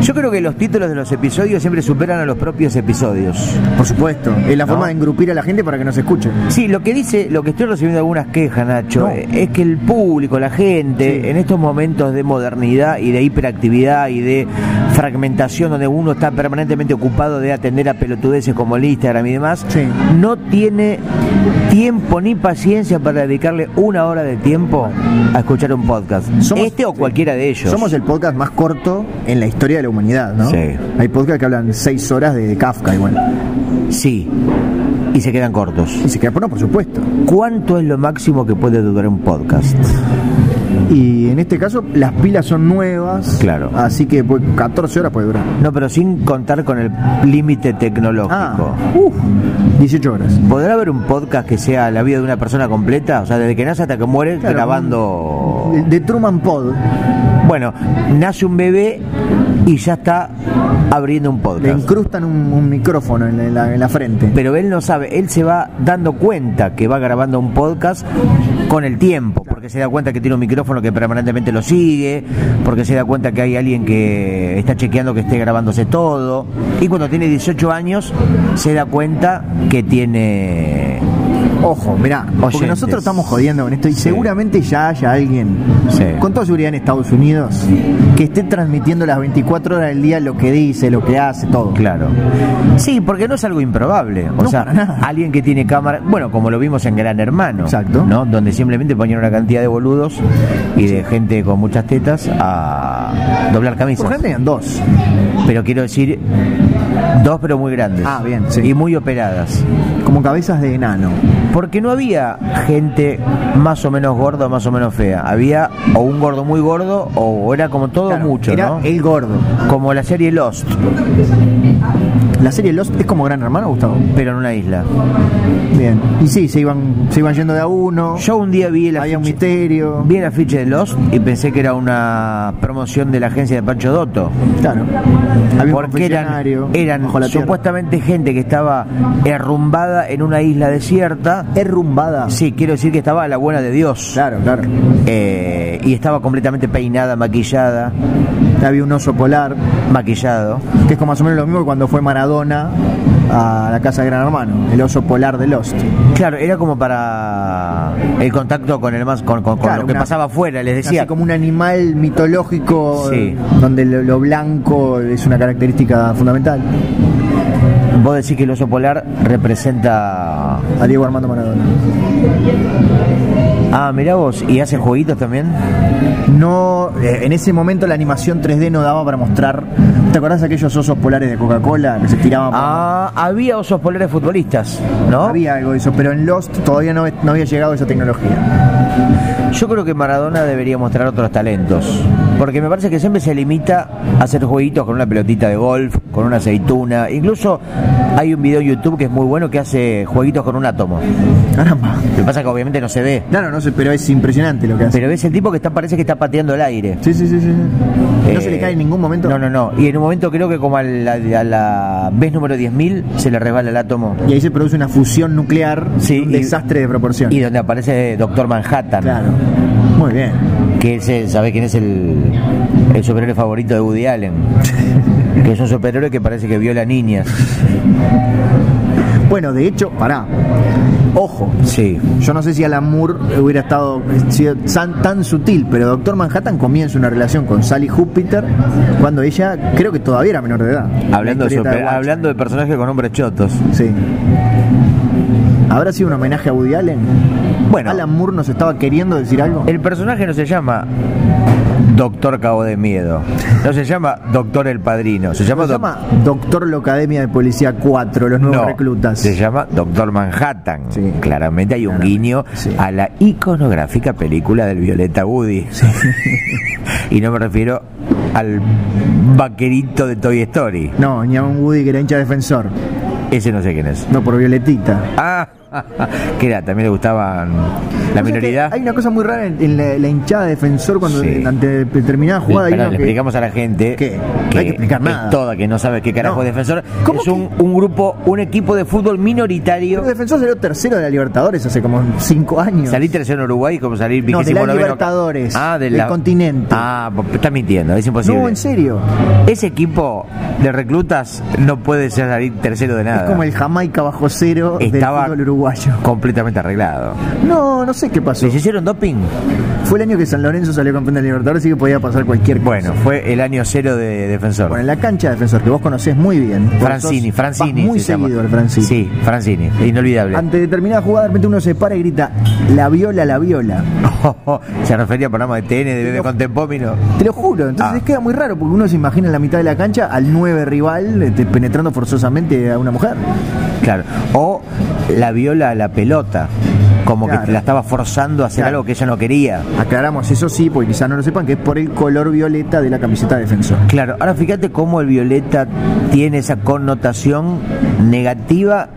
Speaker 2: Yo creo que los títulos de los episodios siempre superan a los propios episodios.
Speaker 1: por supuesto. Es la
Speaker 2: ¿No?
Speaker 1: forma de engrupir a la gente para que nos escuche.
Speaker 2: Sí, lo que dice, lo que estoy recibiendo algunas quejas, Nacho,
Speaker 1: No.
Speaker 2: eh, es que el público, la gente,
Speaker 1: Sí.
Speaker 2: en estos momentos de modernidad y de hiperactividad y de fragmentación, donde uno está permanentemente ocupado de atender a pelotudeces como el Instagram y demás,
Speaker 1: Sí.
Speaker 2: no tiene tiempo ni paciencia para dedicarle una hora de tiempo a escuchar un podcast.
Speaker 1: Somos-
Speaker 2: este o
Speaker 1: sí.
Speaker 2: cualquiera de ellos.
Speaker 1: Somos el podcast más corto en la historia de la humanidad, ¿no?
Speaker 2: Sí.
Speaker 1: Hay podcasts que hablan seis horas de Kafka igual.
Speaker 2: Sí. Y se quedan cortos.
Speaker 1: Y se queda, bueno, por supuesto.
Speaker 2: ¿Cuánto es lo máximo que puede durar un podcast?
Speaker 1: Y en este caso las pilas son nuevas.
Speaker 2: Claro.
Speaker 1: Así que pues, 14 horas puede durar.
Speaker 2: No, pero sin contar con el límite tecnológico.
Speaker 1: Ah, uf, 18 horas.
Speaker 2: ¿Podrá haber un podcast que sea la vida de una persona completa? O sea, desde que nace hasta que muere
Speaker 1: Claro,
Speaker 2: grabando...
Speaker 1: De, de Truman Pod.
Speaker 2: Bueno, nace un bebé y ya está abriendo un
Speaker 1: Le
Speaker 2: podcast.
Speaker 1: incrustan un, un micrófono en la, en la- en la frente.
Speaker 2: Pero él no sabe, él se va dando cuenta que va grabando un podcast con el tiempo, porque se da cuenta que tiene un micrófono que permanentemente lo sigue, porque se da cuenta que hay alguien que está chequeando que esté grabándose todo, y cuando tiene 18 años se da cuenta que tiene...
Speaker 1: Ojo, mirá, porque
Speaker 2: Oyentes.
Speaker 1: nosotros estamos jodiendo con esto y
Speaker 2: Sí.
Speaker 1: seguramente ya haya alguien,
Speaker 2: Sí.
Speaker 1: con toda seguridad en Estados Unidos, que esté transmitiendo las 24 horas del día lo que dice, lo que hace, todo.
Speaker 2: Claro. Sí, porque no es algo improbable. O
Speaker 1: No,
Speaker 2: sea,
Speaker 1: para nada.
Speaker 2: alguien que tiene cámara, bueno, como lo vimos en Gran Hermano,
Speaker 1: Exacto.
Speaker 2: ¿no? Donde simplemente ponían una cantidad de boludos y de gente con muchas tetas a doblar
Speaker 1: Por
Speaker 2: camisas.
Speaker 1: gente eran dos.
Speaker 2: Pero quiero decir, dos pero muy grandes.
Speaker 1: Ah, bien, sí.
Speaker 2: Y muy operadas.
Speaker 1: Como cabezas de enano.
Speaker 2: Porque no había gente más o menos gorda o más o menos fea. Había o un gordo muy gordo o era como todo
Speaker 1: Claro,
Speaker 2: mucho,
Speaker 1: era
Speaker 2: ¿no?
Speaker 1: el gordo.
Speaker 2: Como la serie Lost,
Speaker 1: La serie Lost es como Gran Hermano, Gustavo.
Speaker 2: pero en una isla.
Speaker 1: Bien. Y sí, se iban, se iban yendo de a uno.
Speaker 2: Yo un día vi el
Speaker 1: había un
Speaker 2: afiche-
Speaker 1: misterio.
Speaker 2: Vi el afiche de Lost y pensé que era una promoción de la agencia de Pancho Dotto.
Speaker 1: Claro. Había un
Speaker 2: Porque eran,
Speaker 1: confesionario
Speaker 2: eran
Speaker 1: bajo la tierra.
Speaker 2: supuestamente gente que estaba errumbada en una isla desierta.
Speaker 1: Derrumbada.
Speaker 2: Sí, quiero decir que estaba a la buena de Dios.
Speaker 1: Claro, claro.
Speaker 2: Eh, y estaba completamente peinada, maquillada,
Speaker 1: Había un oso polar,
Speaker 2: maquillado.
Speaker 1: que es como más o menos lo mismo que cuando fue Maradona a la casa de Gran Hermano, el oso polar de Lost.
Speaker 2: Claro, era como para el contacto con el más, con, con- con
Speaker 1: Claro,
Speaker 2: lo que
Speaker 1: una-
Speaker 2: pasaba afuera, les decía.
Speaker 1: Así como un animal mitológico
Speaker 2: Sí.
Speaker 1: eh, donde lo, lo blanco es una característica fundamental.
Speaker 2: Vos decís que el oso polar representa.
Speaker 1: A Diego Armando Maradona.
Speaker 2: Ah, mirá vos, y hace jueguitos también.
Speaker 1: No, eh, en ese momento la animación 3D no daba para mostrar. ¿Te acordás de aquellos osos polares de Coca-Cola que se tiraban? por-
Speaker 2: Ah, había osos polares futbolistas, ¿no?
Speaker 1: Había algo de eso, pero en Lost todavía no, no había llegado esa tecnología.
Speaker 2: Yo creo que Maradona debería mostrar otros talentos. Porque me parece que siempre se limita a hacer jueguitos con una pelotita de golf, con una aceituna. Incluso hay un video en YouTube que es muy bueno que hace jueguitos con un átomo.
Speaker 1: Caramba.
Speaker 2: Lo que pasa es que obviamente no se ve.
Speaker 1: Claro, no sé, pero es impresionante lo que hace.
Speaker 2: Pero ves el tipo que está, parece que está pateando el aire.
Speaker 1: Sí, sí, sí, sí. sí. No
Speaker 2: Eh,
Speaker 1: se le cae en ningún momento.
Speaker 2: No, no, no. Y en un momento creo que como a la, a la vez número 10.000 se le resbala el átomo.
Speaker 1: Y ahí se produce una fusión nuclear,
Speaker 2: Sí,
Speaker 1: un
Speaker 2: y-
Speaker 1: desastre de proporción.
Speaker 2: Y donde aparece Doctor Manhattan.
Speaker 1: Claro. Muy bien.
Speaker 2: que ese, ¿sabe quién es el, el superhéroe favorito de Woody Allen? que es un superhéroe que parece que viola niñas.
Speaker 1: Bueno, de hecho, pará. Ojo.
Speaker 2: Sí.
Speaker 1: Yo no sé si Alan Moore hubiera estado sido tan, tan sutil, pero Doctor Manhattan comienza una relación con Sally Júpiter cuando ella creo que todavía era menor de edad.
Speaker 2: Hablando
Speaker 1: La
Speaker 2: de,
Speaker 1: historieta
Speaker 2: super-
Speaker 1: de Watchmen.
Speaker 2: hablando de personajes con hombres chotos.
Speaker 1: Sí. ¿Habrá sido un homenaje a Woody Allen?
Speaker 2: Bueno. Eh,
Speaker 1: ¿Alan Moore nos estaba queriendo decir algo?
Speaker 2: El personaje no se llama Doctor Cabo de Miedo. No se llama Doctor El Padrino. Se llama,
Speaker 1: Se
Speaker 2: Doc-
Speaker 1: llama Doctor Locademia de Policía 4, los nuevos
Speaker 2: No,
Speaker 1: reclutas.
Speaker 2: se llama Doctor Manhattan.
Speaker 1: Sí.
Speaker 2: Claramente hay un
Speaker 1: Claramente,
Speaker 2: guiño
Speaker 1: sí.
Speaker 2: a la iconográfica película del Violeta Woody. [laughs] y no me refiero al vaquerito de Toy Story.
Speaker 1: No, ni a un Woody que era hincha defensor.
Speaker 2: Ese no sé quién es.
Speaker 1: No, por Violetita.
Speaker 2: Ah, [laughs] que era, también le gustaban la
Speaker 1: O sea que
Speaker 2: minoridad.
Speaker 1: Hay una cosa muy rara en, en la, la hinchada de defensor cuando
Speaker 2: Sí.
Speaker 1: en- ante determinada jugada hay
Speaker 2: Pará,
Speaker 1: uno
Speaker 2: le
Speaker 1: que-
Speaker 2: explicamos a la gente
Speaker 1: ¿Qué? No hay que explicar
Speaker 2: es
Speaker 1: nada.
Speaker 2: toda que no sabe qué carajo
Speaker 1: No.
Speaker 2: es defensor
Speaker 1: ¿Cómo
Speaker 2: es un, un grupo, un equipo de fútbol minoritario.
Speaker 1: Pero defensor salió tercero de la Libertadores hace como 5 años.
Speaker 2: Salí tercero en Uruguay como salir
Speaker 1: No, de
Speaker 2: vigésimo
Speaker 1: la
Speaker 2: noveno acá.
Speaker 1: Libertadores,
Speaker 2: Ah, de
Speaker 1: del
Speaker 2: la-
Speaker 1: continente.
Speaker 2: Ah, po- estás mintiendo, es imposible.
Speaker 1: no, en serio.
Speaker 2: Ese equipo de reclutas no puede ser salir tercero de nada.
Speaker 1: Es como el Jamaica bajo cero
Speaker 2: Estaba
Speaker 1: del fútbol uruguayo.
Speaker 2: completamente arreglado.
Speaker 1: No, no sé qué pasó.
Speaker 2: ¿Les hicieron doping?
Speaker 1: Fue el año que San Lorenzo salió campeón de la Libertadores, así que podía pasar cualquier cosa.
Speaker 2: Bueno, fue el año cero de defensor.
Speaker 1: Bueno, en la cancha de defensor, que vos conocés muy bien. Vos
Speaker 2: Francini,
Speaker 1: sos-
Speaker 2: Francini.
Speaker 1: vas Muy
Speaker 2: se llama.
Speaker 1: seguido el Francini.
Speaker 2: Sí, Francini, inolvidable.
Speaker 1: Ante determinada jugada, de repente uno se para y grita, la viola, la viola.
Speaker 2: [laughs] se refería a programa de TN de Bebe con Tempómino.
Speaker 1: Te lo juro, entonces
Speaker 2: Ah.
Speaker 1: queda muy raro porque uno se imagina en la mitad de la cancha al 9 rival este, penetrando forzosamente a una mujer.
Speaker 2: Claro. O la viola a la pelota. como que
Speaker 1: Claro.
Speaker 2: la estaba forzando a hacer
Speaker 1: Claro.
Speaker 2: algo que ella no quería.
Speaker 1: Aclaramos, eso sí, porque quizás no lo sepan, que es por el color violeta de la camiseta de defensor.
Speaker 2: Claro, ahora fíjate cómo el violeta tiene esa connotación negativa,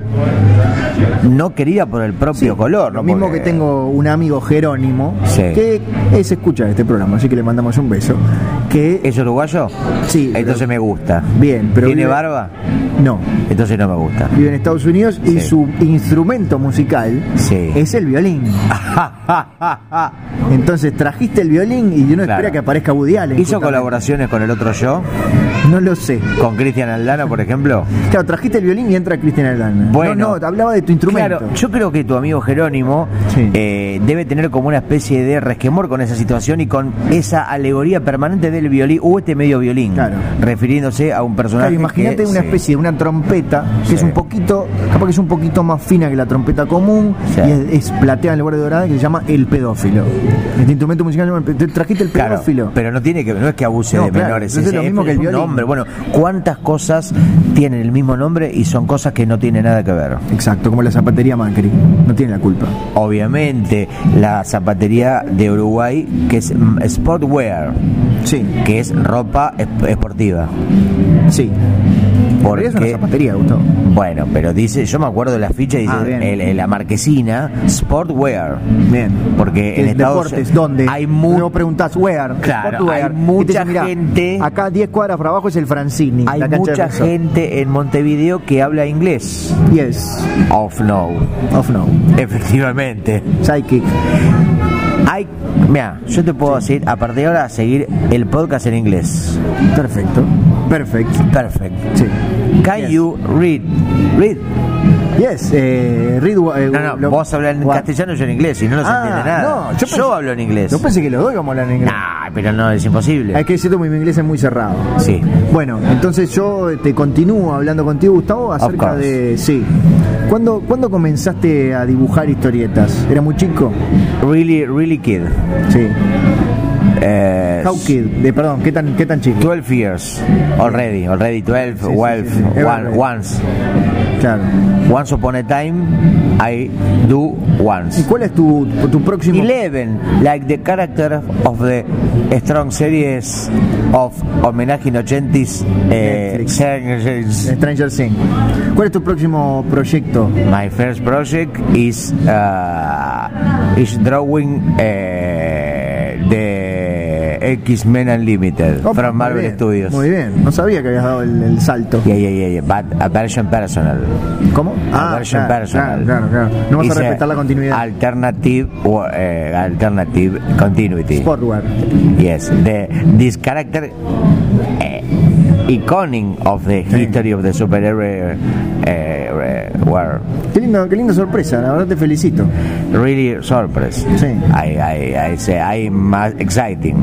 Speaker 2: no querida por el propio color.
Speaker 1: Lo
Speaker 2: ¿no?
Speaker 1: mismo
Speaker 2: Porque-
Speaker 1: que tengo un amigo Jerónimo,
Speaker 2: Sí.
Speaker 1: que es escucha de este programa, así que le mandamos un beso. Que
Speaker 2: ¿Es uruguayo?
Speaker 1: Sí,
Speaker 2: Entonces
Speaker 1: pero-
Speaker 2: me gusta.
Speaker 1: Bien, pero
Speaker 2: ¿Tiene
Speaker 1: vive-
Speaker 2: barba?
Speaker 1: no,
Speaker 2: Entonces no me gusta. [laughs]
Speaker 1: vive en Estados Unidos y
Speaker 2: Sí.
Speaker 1: su instrumento musical
Speaker 2: Sí.
Speaker 1: es el violín. Entonces trajiste el violín y uno espera
Speaker 2: Claro.
Speaker 1: que aparezca Woody Allen.
Speaker 2: ¿Hizo
Speaker 1: justamente.
Speaker 2: colaboraciones con el otro yo?
Speaker 1: No lo sé.
Speaker 2: ¿Con Cristian Aldana, por ejemplo?
Speaker 1: Claro, trajiste el violín y entra Cristian Aldana.
Speaker 2: Bueno.
Speaker 1: no, no, hablaba de tu instrumento.
Speaker 2: Claro, yo creo que tu amigo Jerónimo
Speaker 1: Sí.
Speaker 2: eh, debe tener como una especie de resquemor con esa situación y con esa alegoría permanente del violín, o este medio violín,
Speaker 1: Claro.
Speaker 2: refiriéndose a un personaje.
Speaker 1: Claro, imagínate
Speaker 2: que-
Speaker 1: una
Speaker 2: sí.
Speaker 1: especie de una trompeta que es
Speaker 2: Sí.
Speaker 1: un poquito, capaz que es un poquito más fina que la trompeta común
Speaker 2: Sí.
Speaker 1: y es, es plateada en lugar de dorada que se llama el pedófilo. Este instrumento musical se llama el pedófilo. Trajiste el
Speaker 2: Claro,
Speaker 1: pedófilo.
Speaker 2: pero no tiene que no es que abuse
Speaker 1: No,
Speaker 2: de
Speaker 1: claro,
Speaker 2: menores.
Speaker 1: entonces es lo mismo que el
Speaker 2: un
Speaker 1: violín.
Speaker 2: nombre. Bueno, ¿cuántas cosas tienen el mismo nombre y son cosas que no tienen nada que ver?
Speaker 1: Exacto, como la zapatería Macri. No tiene la culpa.
Speaker 2: Obviamente, la zapatería de Uruguay, que es mm, Sportwear,
Speaker 1: Sí,
Speaker 2: que es ropa esp- esportiva.
Speaker 1: sí. Por eso es una
Speaker 2: Porque-
Speaker 1: zapatería, Gustavo.
Speaker 2: Bueno, pero dice, yo me acuerdo de la ficha, dice
Speaker 1: Ah, bien.
Speaker 2: el- el- la marquesina Sportwear.
Speaker 1: Bien.
Speaker 2: Porque en
Speaker 1: en
Speaker 2: Estados
Speaker 1: deportes, ¿dónde?
Speaker 2: hay mucho.
Speaker 1: Luego preguntás, where,
Speaker 2: Claro,
Speaker 1: Sport where.
Speaker 2: hay
Speaker 1: Y te
Speaker 2: mucha
Speaker 1: dicen, mirá,
Speaker 2: gente-
Speaker 1: Acá 10 cuadras para abajo es el Francini.
Speaker 2: Hay
Speaker 1: la cancha de
Speaker 2: mucha
Speaker 1: futsal.
Speaker 2: gente en Montevideo que habla inglés.
Speaker 1: Yes,
Speaker 2: Of no. [laughs]
Speaker 1: off no.
Speaker 2: Efectivamente.
Speaker 1: Psychic.
Speaker 2: Hay. Mira, yo te puedo decir, a partir de ahora, seguir el podcast en inglés.
Speaker 1: Perfecto. Perfecto.
Speaker 2: Perfect.
Speaker 1: Sí.
Speaker 2: Can
Speaker 1: Yes.
Speaker 2: you read? Read.
Speaker 1: Yes, eh, read wha- eh,
Speaker 2: No, no,
Speaker 1: lo-
Speaker 2: vos hablas en
Speaker 1: wha-
Speaker 2: castellano, yo en inglés, y no nos
Speaker 1: Ah,
Speaker 2: entiende nada.
Speaker 1: no, yo pensé-
Speaker 2: hablo en inglés.
Speaker 1: Yo pensé que los dos íbamos a hablar en inglés.
Speaker 2: Nah, pero no, es imposible.
Speaker 1: Hay que decirte que mi inglés es muy cerrado.
Speaker 2: Sí.
Speaker 1: Bueno, entonces yo eh, te continúo hablando contigo, Gustavo, acerca
Speaker 2: course.
Speaker 1: de. Sí. ¿Cuándo, ¿Cuándo comenzaste a dibujar historietas? ¿Era muy chico?
Speaker 2: Really, really kid.
Speaker 1: Sí.
Speaker 2: Eh,
Speaker 1: How kid? De, perdón, ¿qué tan, qué tan chico?
Speaker 2: 12 years. Already, already 12,
Speaker 1: sí,
Speaker 2: 12,
Speaker 1: sí, sí.
Speaker 2: one-
Speaker 1: Already.
Speaker 2: once.
Speaker 1: Claro.
Speaker 2: Once upon a time, I do
Speaker 1: ¿Y
Speaker 2: once.
Speaker 1: cuál es tu, tu próximo.
Speaker 2: 11, like the character of the strong series of Homenaje in 80s. eh,
Speaker 1: Netflix.
Speaker 2: series.
Speaker 1: Stranger Things. ¿Cuál es tu próximo proyecto?
Speaker 2: My first project is uh, is drawing eh, the X-Men Unlimited
Speaker 1: Oh,
Speaker 2: from
Speaker 1: muy
Speaker 2: Marvel
Speaker 1: bien,
Speaker 2: Studios.
Speaker 1: Muy bien. No sabía que habías dado el, el salto.
Speaker 2: Yeah, yeah, yeah, yeah, but a version personal.
Speaker 1: ¿Cómo?
Speaker 2: a version
Speaker 1: Ah, claro,
Speaker 2: personal.
Speaker 1: Claro, claro, claro. No vas
Speaker 2: It's
Speaker 1: a respetar la continuidad.
Speaker 2: Alternative, wo- eh, alternative continuity.
Speaker 1: Sportwear.
Speaker 2: Yes, the, this character eh, iconic of the history of the superhero eh, world.
Speaker 1: Qué, lindo, qué linda sorpresa, la verdad te felicito.
Speaker 2: Really surprised.
Speaker 1: Sí.
Speaker 2: I, I, I say I'm uh, exciting.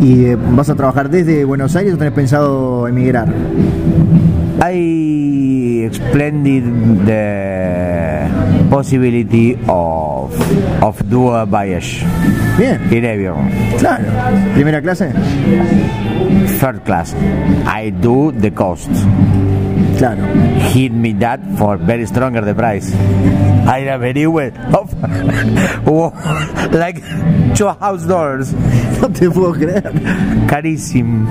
Speaker 1: ¿Y eh, vas a trabajar desde Buenos Aires o tenés pensado emigrar?
Speaker 2: I explained it the possibility of of do a voyage
Speaker 1: Bien,
Speaker 2: in avion,
Speaker 1: claro. ¿Primera clase?
Speaker 2: third class. I do the cost.
Speaker 1: Claro. [laughs]
Speaker 2: Hit me that for very stronger the price. I have very well of [laughs] like two house dollars.
Speaker 1: No te puedo creer.
Speaker 2: [laughs] Carísimo.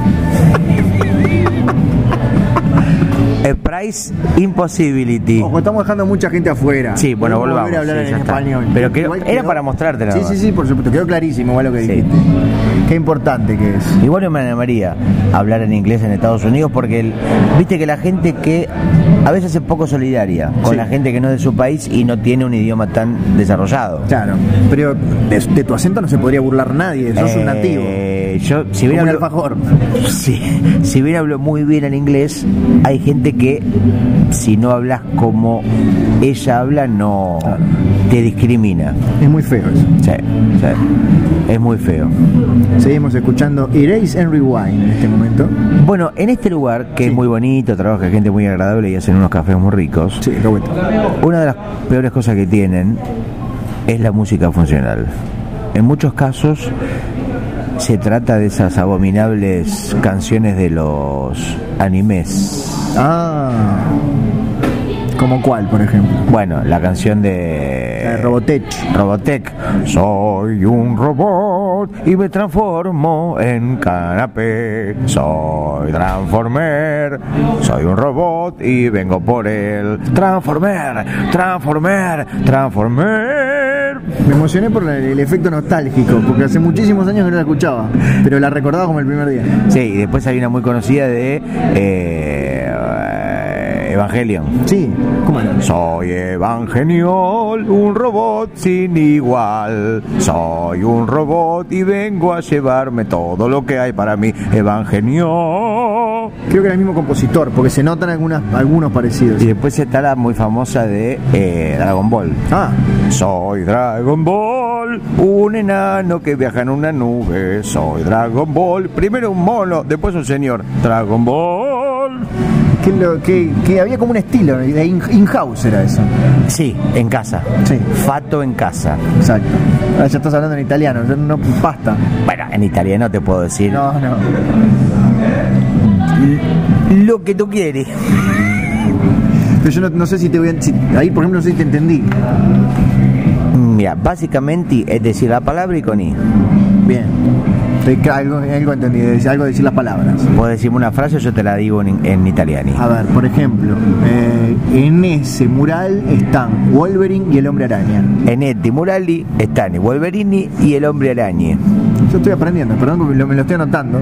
Speaker 2: A price impossibility.
Speaker 1: Ojo, estamos dejando mucha gente afuera.
Speaker 2: Sí, bueno,
Speaker 1: Podemos volver
Speaker 2: volvamos,
Speaker 1: a hablar
Speaker 2: sí,
Speaker 1: en
Speaker 2: ya está.
Speaker 1: español.
Speaker 2: Pero creo-
Speaker 1: Igual
Speaker 2: era para mostrarte, la
Speaker 1: Sí,
Speaker 2: verdad.
Speaker 1: sí, sí, por supuesto. Quedó clarísimo igual lo que
Speaker 2: Sí.
Speaker 1: dijiste. Qué importante que es.
Speaker 2: Igual yo me animaría a hablar en inglés en Estados Unidos porque el- viste que la gente que a veces es poco solidaria con
Speaker 1: Sí.
Speaker 2: la gente que no es de su país y no tiene un idioma tan desarrollado.
Speaker 1: Claro. Pero de, de tu acento no se podría burlar nadie. Sos un nativo.
Speaker 2: Eh, yo, si bien
Speaker 1: Como un
Speaker 2: hablo-
Speaker 1: alfajor.
Speaker 2: [laughs] Sí, si bien hablo muy bien el inglés, hay gente que si no hablas como ella habla, no te discrimina.
Speaker 1: Es muy feo eso.
Speaker 2: Sí, sí. Es muy feo.
Speaker 1: Seguimos escuchando Erase and Rewind en este momento.
Speaker 2: Bueno, en este lugar, que
Speaker 1: Sí.
Speaker 2: es muy bonito, trabaja gente muy agradable y hacen unos cafés muy ricos,
Speaker 1: Sí, Roberto.
Speaker 2: una de las peores cosas que tienen es la música funcional. En muchos casos se trata de esas abominables canciones de los animes.
Speaker 1: Ah. ¿Como cuál, por ejemplo?
Speaker 2: Bueno, la canción de
Speaker 1: Robotech.
Speaker 2: Robotech. Soy un robot y me transformo en canapé. Soy Transformer. Soy un robot y vengo por él. Transformer, Transformer, Transformer.
Speaker 1: Me emocioné por el, el efecto nostálgico, porque hace muchísimos años que no la escuchaba, pero la recordaba como el primer día.
Speaker 2: Sí, y después hay una muy conocida de eh, Evangelion.
Speaker 1: Sí, ¿cómo era?
Speaker 2: Soy Evangelion, un robot sin igual. Soy un robot y vengo a llevarme todo lo que hay para mí. Evangelion.
Speaker 1: Creo que era el mismo compositor, porque se notan algunas, algunos parecidos.
Speaker 2: Y después está la muy famosa de eh, Dragon Ball.
Speaker 1: Ah,
Speaker 2: Soy Dragon Ball, un enano que viaja en una nube. Soy Dragon Ball, primero un mono, después un señor. Dragon Ball.
Speaker 1: que, lo- que- que había como un estilo, de in- in-house era eso.
Speaker 2: Sí, en casa.
Speaker 1: Sí.
Speaker 2: Fato en casa.
Speaker 1: Exacto. Ahora ya estás hablando en italiano, yo no pasta.
Speaker 2: Bueno, en italiano te puedo decir
Speaker 1: No, no.
Speaker 2: lo que tú quieres.
Speaker 1: Pero yo no, no sé si te voy a. si- ahí, por ejemplo, no sé si te entendí.
Speaker 2: Mira, básicamente es decir la palabra y con i.
Speaker 1: Bien. Te- Algo, algo entendí, de- algo de decir las palabras.
Speaker 2: Puedes decirme una frase, yo te la digo en, en italiano.
Speaker 1: A ver, por ejemplo, eh, en ese mural están Wolverine y el Hombre Araña.
Speaker 2: Enetti Murali, Stani Wolverini y el hombre araña.
Speaker 1: Yo estoy aprendiendo, perdón, porque lo- me lo estoy anotando,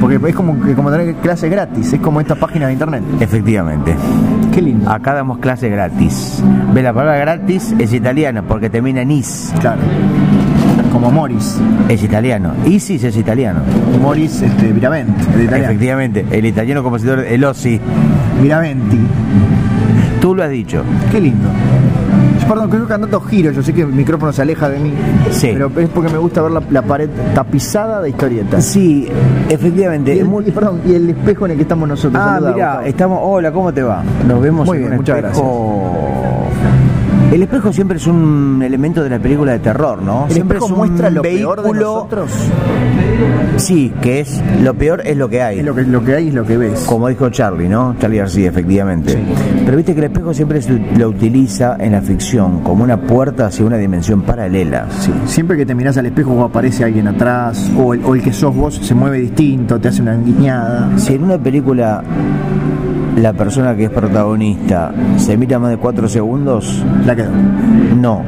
Speaker 1: porque es como, que- como tener clases gratis, es como estas páginas de internet.
Speaker 2: Efectivamente.
Speaker 1: Qué lindo.
Speaker 2: Acá damos clase gratis. Ve, la palabra gratis es italiano porque termina en is.
Speaker 1: Claro. Como Morris.
Speaker 2: Es italiano. Isis es italiano.
Speaker 1: Morris este, Viravent, el italiano.
Speaker 2: Efectivamente. El italiano compositor, el Ossi.
Speaker 1: Viraventi.
Speaker 2: Tú lo has dicho.
Speaker 1: Qué lindo. Yo, Perdón, creo que ando dos giros, yo sé que el micrófono se aleja de mí.
Speaker 2: Sí.
Speaker 1: Pero es porque me gusta ver la, la pared tapizada de historietas.
Speaker 2: Sí,
Speaker 1: Y
Speaker 2: efectivamente.
Speaker 1: el, y, perdón, y el espejo en el que estamos nosotros.
Speaker 2: Ah,
Speaker 1: Saludá,
Speaker 2: mira,
Speaker 1: Gustavo.
Speaker 2: estamos. Hola, ¿cómo te va? Nos vemos
Speaker 1: Muy
Speaker 2: en
Speaker 1: bien,
Speaker 2: un
Speaker 1: muchas
Speaker 2: espejo. El espejo siempre es un elemento de la película de terror, ¿no?
Speaker 1: El
Speaker 2: siempre
Speaker 1: espejo
Speaker 2: es un
Speaker 1: muestra lo
Speaker 2: vehículo.
Speaker 1: peor de nosotros.
Speaker 2: Sí, que es lo peor es lo que hay.
Speaker 1: Es Lo que, lo que hay es lo que ves.
Speaker 2: Como dijo Charlie, ¿no? Charlie García, efectivamente.
Speaker 1: Sí.
Speaker 2: Pero viste que el espejo siempre se lo utiliza en la ficción como una puerta hacia una dimensión paralela.
Speaker 1: Sí, siempre que te mirás al espejo o aparece alguien atrás, o el, o el que sos vos se mueve distinto, te hace una guiñada.
Speaker 2: Si en una película la persona que es protagonista se mira más de cuatro segundos,
Speaker 1: La quedó.
Speaker 2: no.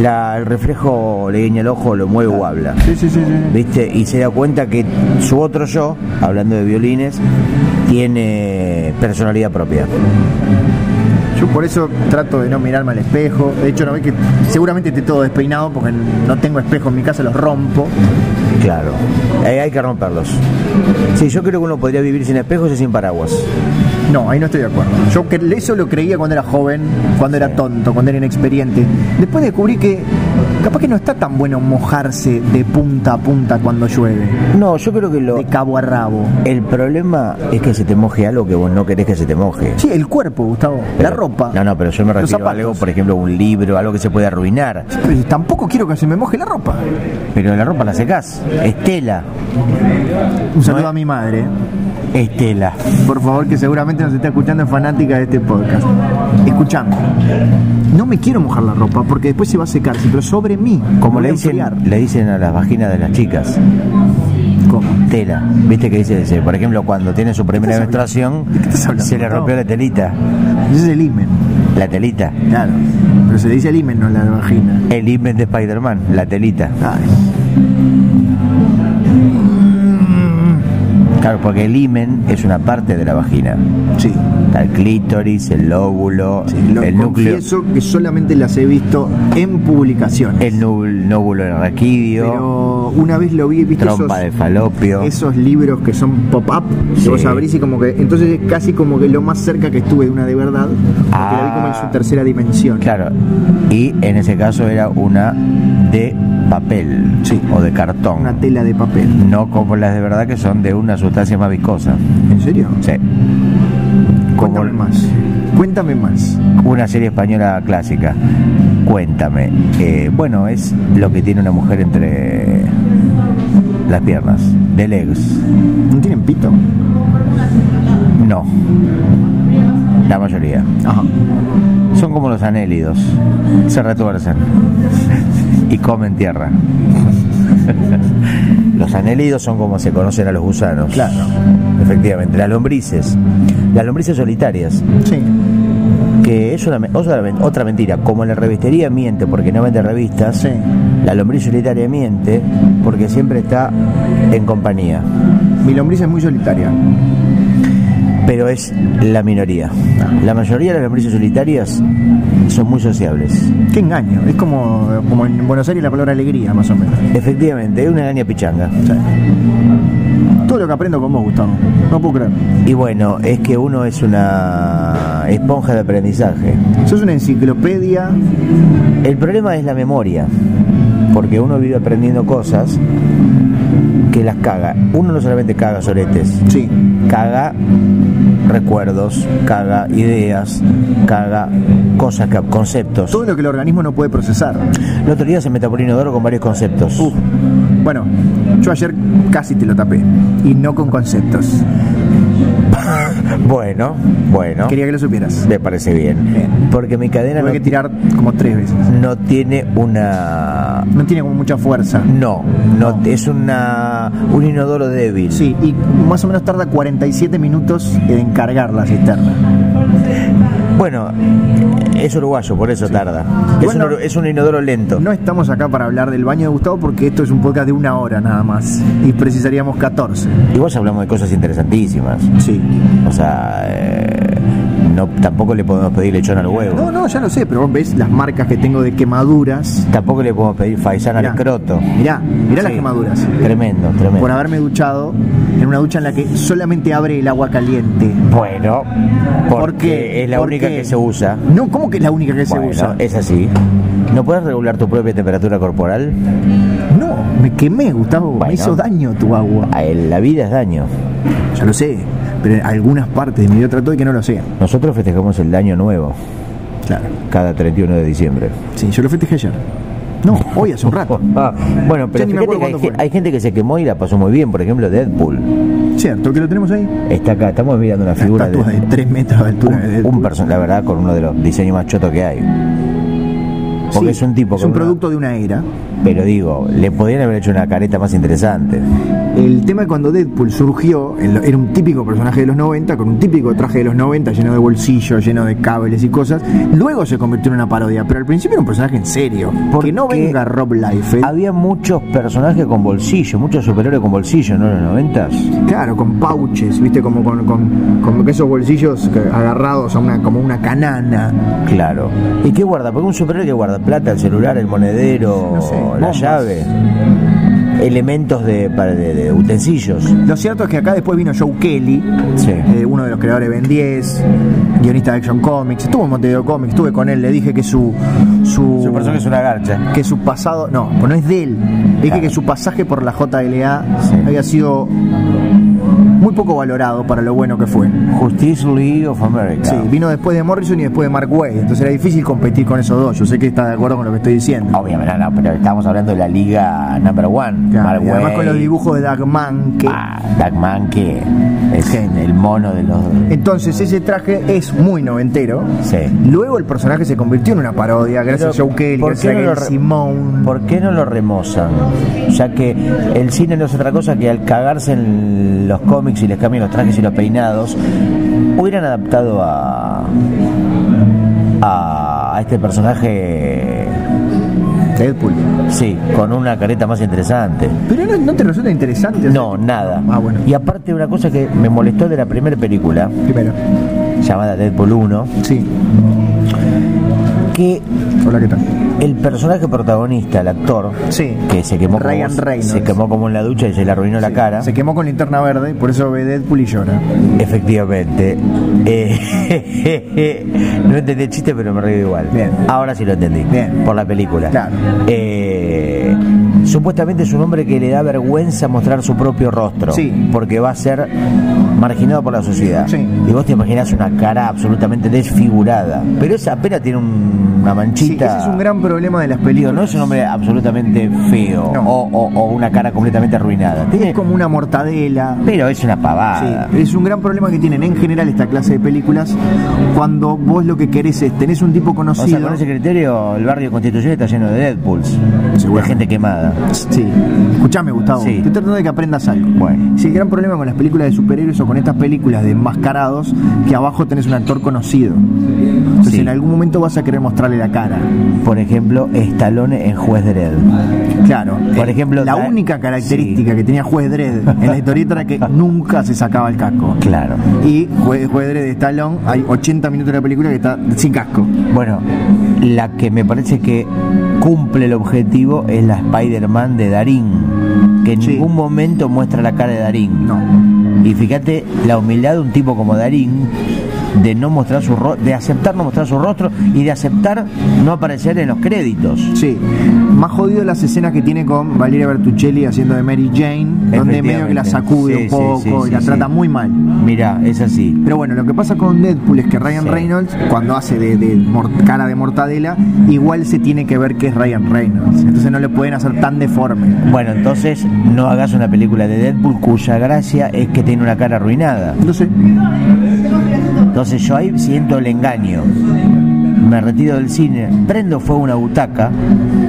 Speaker 2: La- el reflejo le guiña el ojo, lo mueve o habla.
Speaker 1: Sí, sí, sí, sí.
Speaker 2: ¿Viste? Y se da cuenta que su otro yo, hablando de violines, tiene personalidad propia.
Speaker 1: Yo por eso trato de no mirarme al espejo. De hecho, no ves que seguramente esté todo despeinado porque no tengo espejo en mi casa, los rompo.
Speaker 2: Claro, Eh, hay que romperlos. Sí, yo creo que uno podría vivir sin espejos y sin paraguas.
Speaker 1: No, ahí no estoy de acuerdo. Yo que- eso lo creía cuando era joven, cuando era tonto, cuando era inexperiente. Después descubrí que capaz que no está tan bueno mojarse de punta a punta cuando llueve,
Speaker 2: No, yo creo que lo,
Speaker 1: de cabo a rabo.
Speaker 2: el problema es que se te moje algo que vos no querés que se te moje.
Speaker 1: Sí, el cuerpo, Gustavo, la
Speaker 2: Pero-
Speaker 1: ropa.
Speaker 2: No, no, pero yo me
Speaker 1: Los
Speaker 2: refiero a
Speaker 1: zapatos.
Speaker 2: algo, por ejemplo, un libro, algo que se puede arruinar.
Speaker 1: Pero tampoco quiero que se me moje la ropa.
Speaker 2: Pero la ropa la secás. Estela,
Speaker 1: Un saludo a mi madre,
Speaker 2: Estela.
Speaker 1: por favor, que seguramente nos está escuchando, es fanática de este podcast. Escuchame. No me quiero mojar la ropa porque después se va a secar, sí, pero sobre mí.
Speaker 2: Como
Speaker 1: me voy
Speaker 2: le
Speaker 1: a
Speaker 2: dicen,
Speaker 1: enfriar.
Speaker 2: le dicen a las vaginas de las chicas,
Speaker 1: ¿Cómo?
Speaker 2: tela. ¿Viste que dice? Dice, Por ejemplo, cuando tiene su primera
Speaker 1: ¿Qué estás
Speaker 2: menstruación,
Speaker 1: ¿De qué estás hablando?
Speaker 2: se le rompió
Speaker 1: No.
Speaker 2: la telita.
Speaker 1: Ese es el himen,
Speaker 2: La telita.
Speaker 1: claro. Pero se le dice el himen, no la vagina.
Speaker 2: El invent de Spider-Man, la telita.
Speaker 1: Ay.
Speaker 2: Claro, porque el himen es una parte de la vagina.
Speaker 1: Sí.
Speaker 2: Está el clítoris, el lóbulo,
Speaker 1: Lo
Speaker 2: el núcleo,
Speaker 1: confieso que solamente las he visto en publicaciones.
Speaker 2: el nú- nóbulo raquidio,
Speaker 1: Pero una vez lo vi, ¿viste
Speaker 2: trompa
Speaker 1: esos-
Speaker 2: de falopio.
Speaker 1: esos libros que son pop-up, que
Speaker 2: Sí.
Speaker 1: vos abrís y como que. Entonces es casi como que lo más cerca que estuve de una de verdad, porque la vi como en
Speaker 2: Ah.
Speaker 1: su tercera dimensión.
Speaker 2: Claro, y en ese caso era una de papel
Speaker 1: Sí.
Speaker 2: o de cartón.
Speaker 1: Una tela de papel.
Speaker 2: No como las de verdad que son de una sustancia más viscosa.
Speaker 1: ¿En serio?
Speaker 2: Sí. Como
Speaker 1: Cuéntame más. Cuéntame más.
Speaker 2: una serie española clásica. Cuéntame. Eh, bueno, es lo que tiene una mujer entre las piernas. De legs.
Speaker 1: ¿No tienen pito?
Speaker 2: No. La mayoría.
Speaker 1: Ajá.
Speaker 2: Son como los anélidos, se retuercen y comen tierra. [laughs] Los anélidos son como se conocen a los gusanos.
Speaker 1: Claro.
Speaker 2: Efectivamente, las lombrices. Las lombrices solitarias,
Speaker 1: Sí.
Speaker 2: que es una, me- otra, men- otra mentira. Como la revistería miente porque no vende revistas,
Speaker 1: Sí.
Speaker 2: la lombriz solitaria miente porque siempre está en compañía.
Speaker 1: Mi lombriz es muy solitaria.
Speaker 2: Pero es la minoría. La mayoría de las lombrices solitarias son muy sociables.
Speaker 1: Qué engaño. Es como, como en Buenos Aires la palabra alegría, más o menos.
Speaker 2: Efectivamente, es una gaña pichanga.
Speaker 1: Todo lo que aprendo con vos, Gustavo. No puedo creer.
Speaker 2: Y bueno, es que uno es una esponja de aprendizaje.
Speaker 1: Sos una enciclopedia.
Speaker 2: El problema es la memoria, porque uno vive aprendiendo cosas que las caga. Uno no solamente caga soletes,
Speaker 1: Sí.
Speaker 2: caga recuerdos, caga ideas, caga cosas, que- conceptos.
Speaker 1: Todo lo que el organismo no puede procesar.
Speaker 2: El otro día se me tapó un inodoro con varios conceptos.
Speaker 1: Uf. Bueno, yo ayer casi te lo tapé. Y no con conceptos.
Speaker 2: Bueno, bueno,
Speaker 1: Quería que lo supieras.
Speaker 2: me parece bien.
Speaker 1: Bien.
Speaker 2: Porque mi cadena
Speaker 1: Tuve
Speaker 2: no,
Speaker 1: que tirar como tres veces.
Speaker 2: no tiene una...
Speaker 1: No tiene como mucha fuerza.
Speaker 2: No, no, es una, un inodoro débil.
Speaker 1: Sí, y más o menos tarda 47 minutos en cargar la cisterna.
Speaker 2: Bueno, es uruguayo, por eso tarda. Es,
Speaker 1: Bueno.
Speaker 2: un, oro- es un inodoro lento.
Speaker 1: No estamos acá para hablar del baño de Gustavo porque esto es un podcast de una hora nada más. Y precisaríamos 14.
Speaker 2: Igual ya hablamos de cosas interesantísimas.
Speaker 1: Sí.
Speaker 2: O sea, eh, no, tampoco le podemos pedir lechón al huevo.
Speaker 1: No, no, ya lo sé, pero vos ves las marcas que tengo de quemaduras.
Speaker 2: Tampoco le podemos pedir faisán al
Speaker 1: Mirá.
Speaker 2: escroto.
Speaker 1: Mirá, mirá las
Speaker 2: Sí.
Speaker 1: quemaduras.
Speaker 2: Tremendo, tremendo.
Speaker 1: Por haberme duchado en una ducha en la que solamente abre el agua caliente.
Speaker 2: Bueno, porque
Speaker 1: ¿Por qué?
Speaker 2: es la
Speaker 1: ¿Por
Speaker 2: única
Speaker 1: qué?
Speaker 2: que se usa.
Speaker 1: No, ¿cómo que es la única que
Speaker 2: Bueno,
Speaker 1: se usa?
Speaker 2: es así. ¿No puedes regular tu propia temperatura corporal?
Speaker 1: No, me quemé, Gustavo.
Speaker 2: Bueno.
Speaker 1: Me hizo daño tu agua.
Speaker 2: A él, Ah, La vida es daño.
Speaker 1: Ya lo sé, pero en algunas partes de mi vida trato de que no lo sea.
Speaker 2: Nosotros festejamos el daño nuevo
Speaker 1: Claro.
Speaker 2: cada 31 de diciembre. [laughs]
Speaker 1: Sí, yo lo festejé ayer. No, hoy hace un rato.
Speaker 2: Ah, bueno, pero
Speaker 1: Ya ni me
Speaker 2: fíjate
Speaker 1: acuerdo
Speaker 2: que hay,
Speaker 1: cuándo
Speaker 2: ge-
Speaker 1: fue.
Speaker 2: hay gente que se quemó y la pasó muy bien. Por ejemplo, Deadpool.
Speaker 1: Cierto, que lo tenemos ahí.
Speaker 2: Está acá, estamos mirando una
Speaker 1: La
Speaker 2: figura
Speaker 1: estatua
Speaker 2: de
Speaker 1: de 3 metros de altura. de
Speaker 2: un,
Speaker 1: Deadpool.
Speaker 2: un person- la verdad, con uno de los diseños más chotos que hay. Porque
Speaker 1: Sí,
Speaker 2: es un tipo
Speaker 1: Es
Speaker 2: con
Speaker 1: un
Speaker 2: una-
Speaker 1: producto de una era.
Speaker 2: pero digo, le podían haber hecho una careta más interesante.
Speaker 1: El tema de cuando Deadpool surgió, en lo- era un típico personaje de los 90, con un típico traje de los 90, lleno de bolsillos, lleno de cables y cosas. Luego se convirtió en una parodia, pero al principio era un personaje en serio.
Speaker 2: Porque
Speaker 1: Porque no venga Rob Liefeld,
Speaker 2: Había muchos personajes con bolsillo, muchos superhéroes con bolsillo, ¿no? En los noventas.
Speaker 1: claro, con pouches, viste, como con, con, con esos bolsillos que- agarrados a una, como una canana.
Speaker 2: Claro. ¿Y qué guarda? Porque un superhéroe que guarda plata, el celular, el monedero,
Speaker 1: No sé,
Speaker 2: la
Speaker 1: bombas.
Speaker 2: llave, elementos de, para- de- de utensilios.
Speaker 1: Lo cierto es que acá después vino Joe Kelly,
Speaker 2: Sí.
Speaker 1: eh, uno de los creadores de Ben 10, guionista de Action Comics, estuvo en Montevideo Comics, estuve con él, le dije que su... Su,
Speaker 2: Su personaje es una garcha.
Speaker 1: que su pasado, no, pues no es de él, dije
Speaker 2: Claro.
Speaker 1: que su pasaje por la JLA
Speaker 2: Sí.
Speaker 1: había sido muy poco valorado para lo bueno que fue.
Speaker 2: Justice League of America.
Speaker 1: Sí, vino después de Morrison y después de Mark Wade, entonces era difícil competir con esos dos, yo sé que está de acuerdo con lo que estoy diciendo.
Speaker 2: Obviamente, no, no, pero estamos hablando de la liga number one.
Speaker 1: Claro,
Speaker 2: Mark
Speaker 1: y además
Speaker 2: Wade.
Speaker 1: con los dibujos de Dagman que...
Speaker 2: Ah, Duckman, que es
Speaker 1: Genio.
Speaker 2: el mono de los.
Speaker 1: Entonces ese traje es muy noventero.
Speaker 2: Sí.
Speaker 1: Luego el personaje se convirtió en una parodia, gracias
Speaker 2: Pero,
Speaker 1: a Joe Kelly,
Speaker 2: ¿por
Speaker 1: gracias
Speaker 2: qué
Speaker 1: a
Speaker 2: no lo
Speaker 1: Gail
Speaker 2: re-
Speaker 1: Simone.
Speaker 2: ¿Por qué no lo remozan? Ya que el cine no es otra cosa que al cagarse en los cómics y les cambian los trajes y los peinados, hubieran adaptado a. a, a este personaje.
Speaker 1: Deadpool.
Speaker 2: Sí, con una careta más interesante.
Speaker 1: Pero no, no te resulta interesante.
Speaker 2: No, nada.
Speaker 1: Ah, bueno.
Speaker 2: Y aparte, una cosa que me molestó de la primera película,
Speaker 1: Primero.
Speaker 2: llamada Deadpool 1,
Speaker 1: Sí.
Speaker 2: que
Speaker 1: Hola, ¿qué tal?
Speaker 2: El personaje protagonista, el actor,
Speaker 1: Sí.
Speaker 2: que se quemó,
Speaker 1: Ryan
Speaker 2: como,
Speaker 1: Reynolds.
Speaker 2: se quemó como en la ducha y se le arruinó la cara,
Speaker 1: Se quemó con linterna verde, por eso ve Deadpool y llora.
Speaker 2: efectivamente, eh, [laughs] no entendí el chiste, pero me río igual.
Speaker 1: Bien.
Speaker 2: Ahora sí lo entendí,
Speaker 1: Bien.
Speaker 2: por la película.
Speaker 1: Claro.
Speaker 2: Eh, Supuestamente es un hombre que le da vergüenza mostrar su propio rostro.
Speaker 1: Sí.
Speaker 2: Porque va a ser marginado por la sociedad.
Speaker 1: Sí.
Speaker 2: Y vos te imaginás una cara absolutamente desfigurada. Pero esa pena tiene un- una
Speaker 1: Sí,
Speaker 2: manchita.
Speaker 1: ese es un gran problema de las
Speaker 2: Digo,
Speaker 1: películas.
Speaker 2: no es un hombre absolutamente feo
Speaker 1: No.
Speaker 2: o, o- o una cara completamente arruinada. Tiene-
Speaker 1: Es como una mortadela.
Speaker 2: Pero es una pavada.
Speaker 1: Sí, es un gran problema que tienen en general esta clase de películas cuando vos lo que querés es tenés un tipo
Speaker 2: O
Speaker 1: conocido.
Speaker 2: sea, con ese criterio, el barrio de Constitución está lleno de Deadpools. De
Speaker 1: Seguro.
Speaker 2: gente quemada.
Speaker 1: Sí. Escuchame, Gustavo.
Speaker 2: Sí.
Speaker 1: Estoy tratando de que aprendas algo.
Speaker 2: Bueno.
Speaker 1: Sí, el gran problema con las películas de superhéroes o con estas películas de enmascarados, que abajo tenés un actor conocido. Entonces
Speaker 2: Sí.
Speaker 1: en algún momento vas a querer mostrarle la cara.
Speaker 2: Por ejemplo, Stallone en Juez Dredd.
Speaker 1: Claro.
Speaker 2: Por
Speaker 1: Eh,
Speaker 2: ejemplo,
Speaker 1: la
Speaker 2: la-
Speaker 1: única característica que tenía Juez Dredd en la historieta era que nunca se sacaba el casco.
Speaker 2: Claro.
Speaker 1: Y Juez, Juez Dredd de Stallone, hay 80 minutos de la película que está sin casco.
Speaker 2: Bueno, la que me parece que cumple el objetivo es la Spider-Man de Darín. Que en
Speaker 1: Sí.
Speaker 2: ningún momento muestra la cara de Darín.
Speaker 1: No.
Speaker 2: Y fíjate la humildad de un tipo como Darín de no mostrar su ro- de aceptar no mostrar su rostro y de aceptar no aparecer en los créditos.
Speaker 1: Sí, más jodido las escenas que tiene con Valeria Bertuccelli haciendo de Mary Jane, donde medio que la
Speaker 2: Efectivamente.
Speaker 1: sacude
Speaker 2: Sí,
Speaker 1: un
Speaker 2: sí,
Speaker 1: poco
Speaker 2: sí,
Speaker 1: y
Speaker 2: sí,
Speaker 1: la
Speaker 2: sí.
Speaker 1: trata muy mal.
Speaker 2: Mira, es así.
Speaker 1: Pero bueno, lo que pasa con Deadpool es que Ryan
Speaker 2: Sí.
Speaker 1: Reynolds, cuando hace de, de mor- cara de mortadela, igual se tiene que ver que es Ryan Reynolds. Entonces no le pueden hacer tan deforme.
Speaker 2: Bueno, entonces no hagas una película de Deadpool cuya gracia es que tiene una cara arruinada.
Speaker 1: Entonces,
Speaker 2: Entonces yo ahí siento el engaño. Me retiro del cine, prendo fuego a una butaca,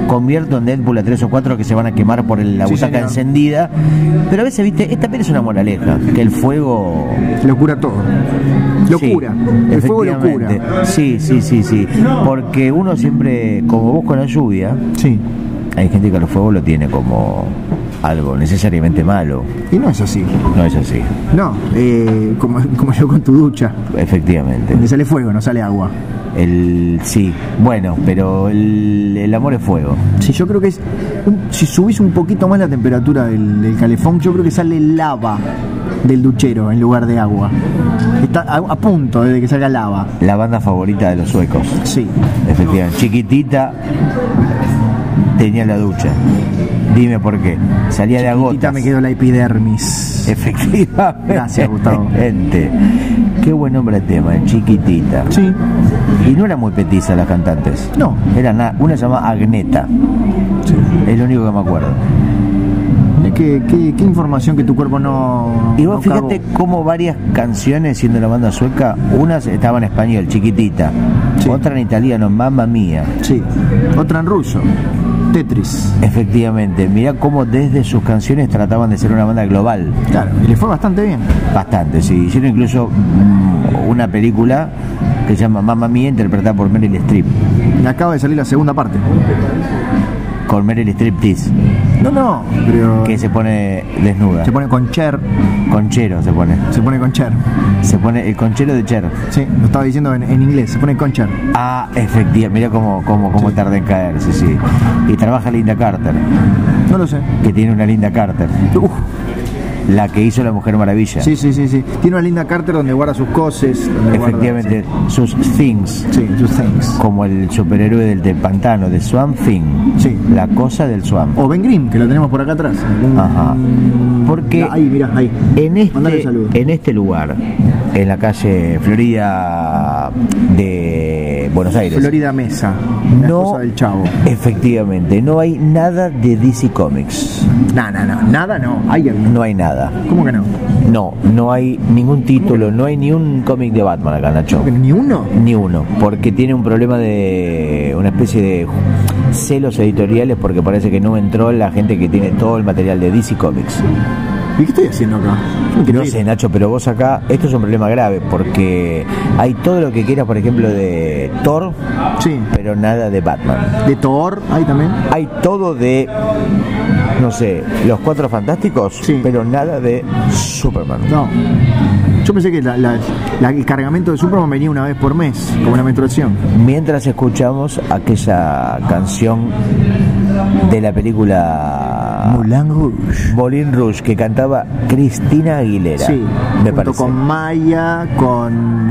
Speaker 2: convierto en Deadpool a tres o cuatro que se van a quemar por el- la
Speaker 1: Sí,
Speaker 2: butaca
Speaker 1: señor.
Speaker 2: encendida. Pero a veces, viste, esta peli es una moraleja, que el fuego...
Speaker 1: locura todo. Locura.
Speaker 2: Sí,
Speaker 1: el fuego locura.
Speaker 2: efectivamente. Sí, sí, sí, sí. Porque uno siempre, como vos con la lluvia,
Speaker 1: Sí.
Speaker 2: hay gente que los fuegos lo tiene como algo necesariamente malo.
Speaker 1: Y no es así.
Speaker 2: No es así,
Speaker 1: No, eh, como, [laughs] como yo con tu ducha.
Speaker 2: efectivamente.
Speaker 1: Donde sale fuego, no sale agua.
Speaker 2: El sí, bueno, pero el, el amor es fuego.
Speaker 1: Sí, yo creo que es. un- si subís un poquito más la temperatura del, del calefón, yo creo que sale lava del duchero en lugar de agua. Está a, a punto de que salga lava.
Speaker 2: La banda favorita de los suecos.
Speaker 1: Sí.
Speaker 2: Efectivamente, chiquitita tenía la ducha. Dime por qué. Salía de
Speaker 1: Quita
Speaker 2: agotas.
Speaker 1: me quedó la
Speaker 2: Eh.
Speaker 1: epidermis.
Speaker 2: Efectivamente.
Speaker 1: Gracias, Gustavo.
Speaker 2: Gente. Qué buen hombre de tema, eh, chiquitita.
Speaker 1: Sí.
Speaker 2: Y no eran muy petiza las cantantes.
Speaker 1: No.
Speaker 2: Eran a- una se llamaba Agneta. Es lo único que me acuerdo.
Speaker 1: Mirá Qué, qué- qué información que tu cuerpo no.
Speaker 2: Y vos
Speaker 1: no
Speaker 2: fíjate
Speaker 1: cagó.
Speaker 2: cómo varias canciones, siendo la banda sueca, unas estaban en español, chiquitita,
Speaker 1: Sí.
Speaker 2: otra en italiano, mamma mía.
Speaker 1: Sí. Otra en ruso. Tetris.
Speaker 2: Efectivamente, mirá cómo desde sus canciones trataban de ser una banda global.
Speaker 1: Claro. Y le fue bastante bien.
Speaker 2: Bastante, sí. Hicieron incluso mm, una película que se llama Mamma Mía, interpretada por Meryl Streep.
Speaker 1: Acaba de salir la segunda parte.
Speaker 2: Con Meryl Streep Tease,
Speaker 1: No, no. Pero.
Speaker 2: que se pone desnuda.
Speaker 1: Se pone con Cher.
Speaker 2: Conchero se pone.
Speaker 1: Se pone con Cher.
Speaker 2: Se pone el conchero de Cher.
Speaker 1: Sí, lo estaba diciendo en, en inglés. Se pone con Cher.
Speaker 2: Ah, efectivamente, mirá cómo, cómo, cómo tarda en caer, sí, sí. Y trabaja Linda Carter,
Speaker 1: No lo sé.
Speaker 2: que tiene una Linda Carter,
Speaker 1: Uf,
Speaker 2: la que hizo la Mujer Maravilla.
Speaker 1: sí, sí, sí, sí. Tiene una linda Carter donde guarda sus cosas. donde guarda-
Speaker 2: Efectivamente, sus things,
Speaker 1: Sí, sus things.
Speaker 2: como el superhéroe del, del pantano, de Swamp Thing.
Speaker 1: Sí.
Speaker 2: La cosa del Swamp.
Speaker 1: O Ben Grimm, que lo tenemos por acá atrás.
Speaker 2: Ajá. Porque
Speaker 1: Ahí, mirá, ahí.
Speaker 2: en
Speaker 1: Mandale un saludo.
Speaker 2: este, en este lugar, en la calle Florida de Buenos Aires,
Speaker 1: Florida Mesa, la
Speaker 2: no,
Speaker 1: esposa del chavo.
Speaker 2: efectivamente, no hay nada de DC Comics.
Speaker 1: No, no, no. Nada no. Hay alguien.
Speaker 2: No hay nada.
Speaker 1: ¿Cómo que no?
Speaker 2: No, no hay ningún título, no hay ni un cómic de Batman acá, Nacho.
Speaker 1: ¿Cómo que ¿Ni uno?
Speaker 2: Ni uno, porque tiene un problema de una especie de celos editoriales porque parece que no entró la gente que tiene todo el material de DC Comics.
Speaker 1: ¿Y qué estoy haciendo acá? Yo no quiero
Speaker 2: No
Speaker 1: ir.
Speaker 2: sé, Nacho, pero vos acá, esto es un problema grave porque hay todo lo que quieras, por ejemplo, de Thor,
Speaker 1: Sí.
Speaker 2: pero nada de Batman.
Speaker 1: De Thor, ahí también.
Speaker 2: Hay todo de, no sé, los Cuatro Fantásticos,
Speaker 1: Sí.
Speaker 2: pero nada de Superman.
Speaker 1: No. Yo pensé que la- la- la- el cargamento de Superman venía una vez por mes, como una menstruación.
Speaker 2: Mientras escuchamos aquella canción de la película
Speaker 1: Moulin Rouge.
Speaker 2: Bolin Rouge que cantaba Cristina Aguilera.
Speaker 1: Sí,
Speaker 2: me
Speaker 1: junto
Speaker 2: parece.
Speaker 1: con Maya, con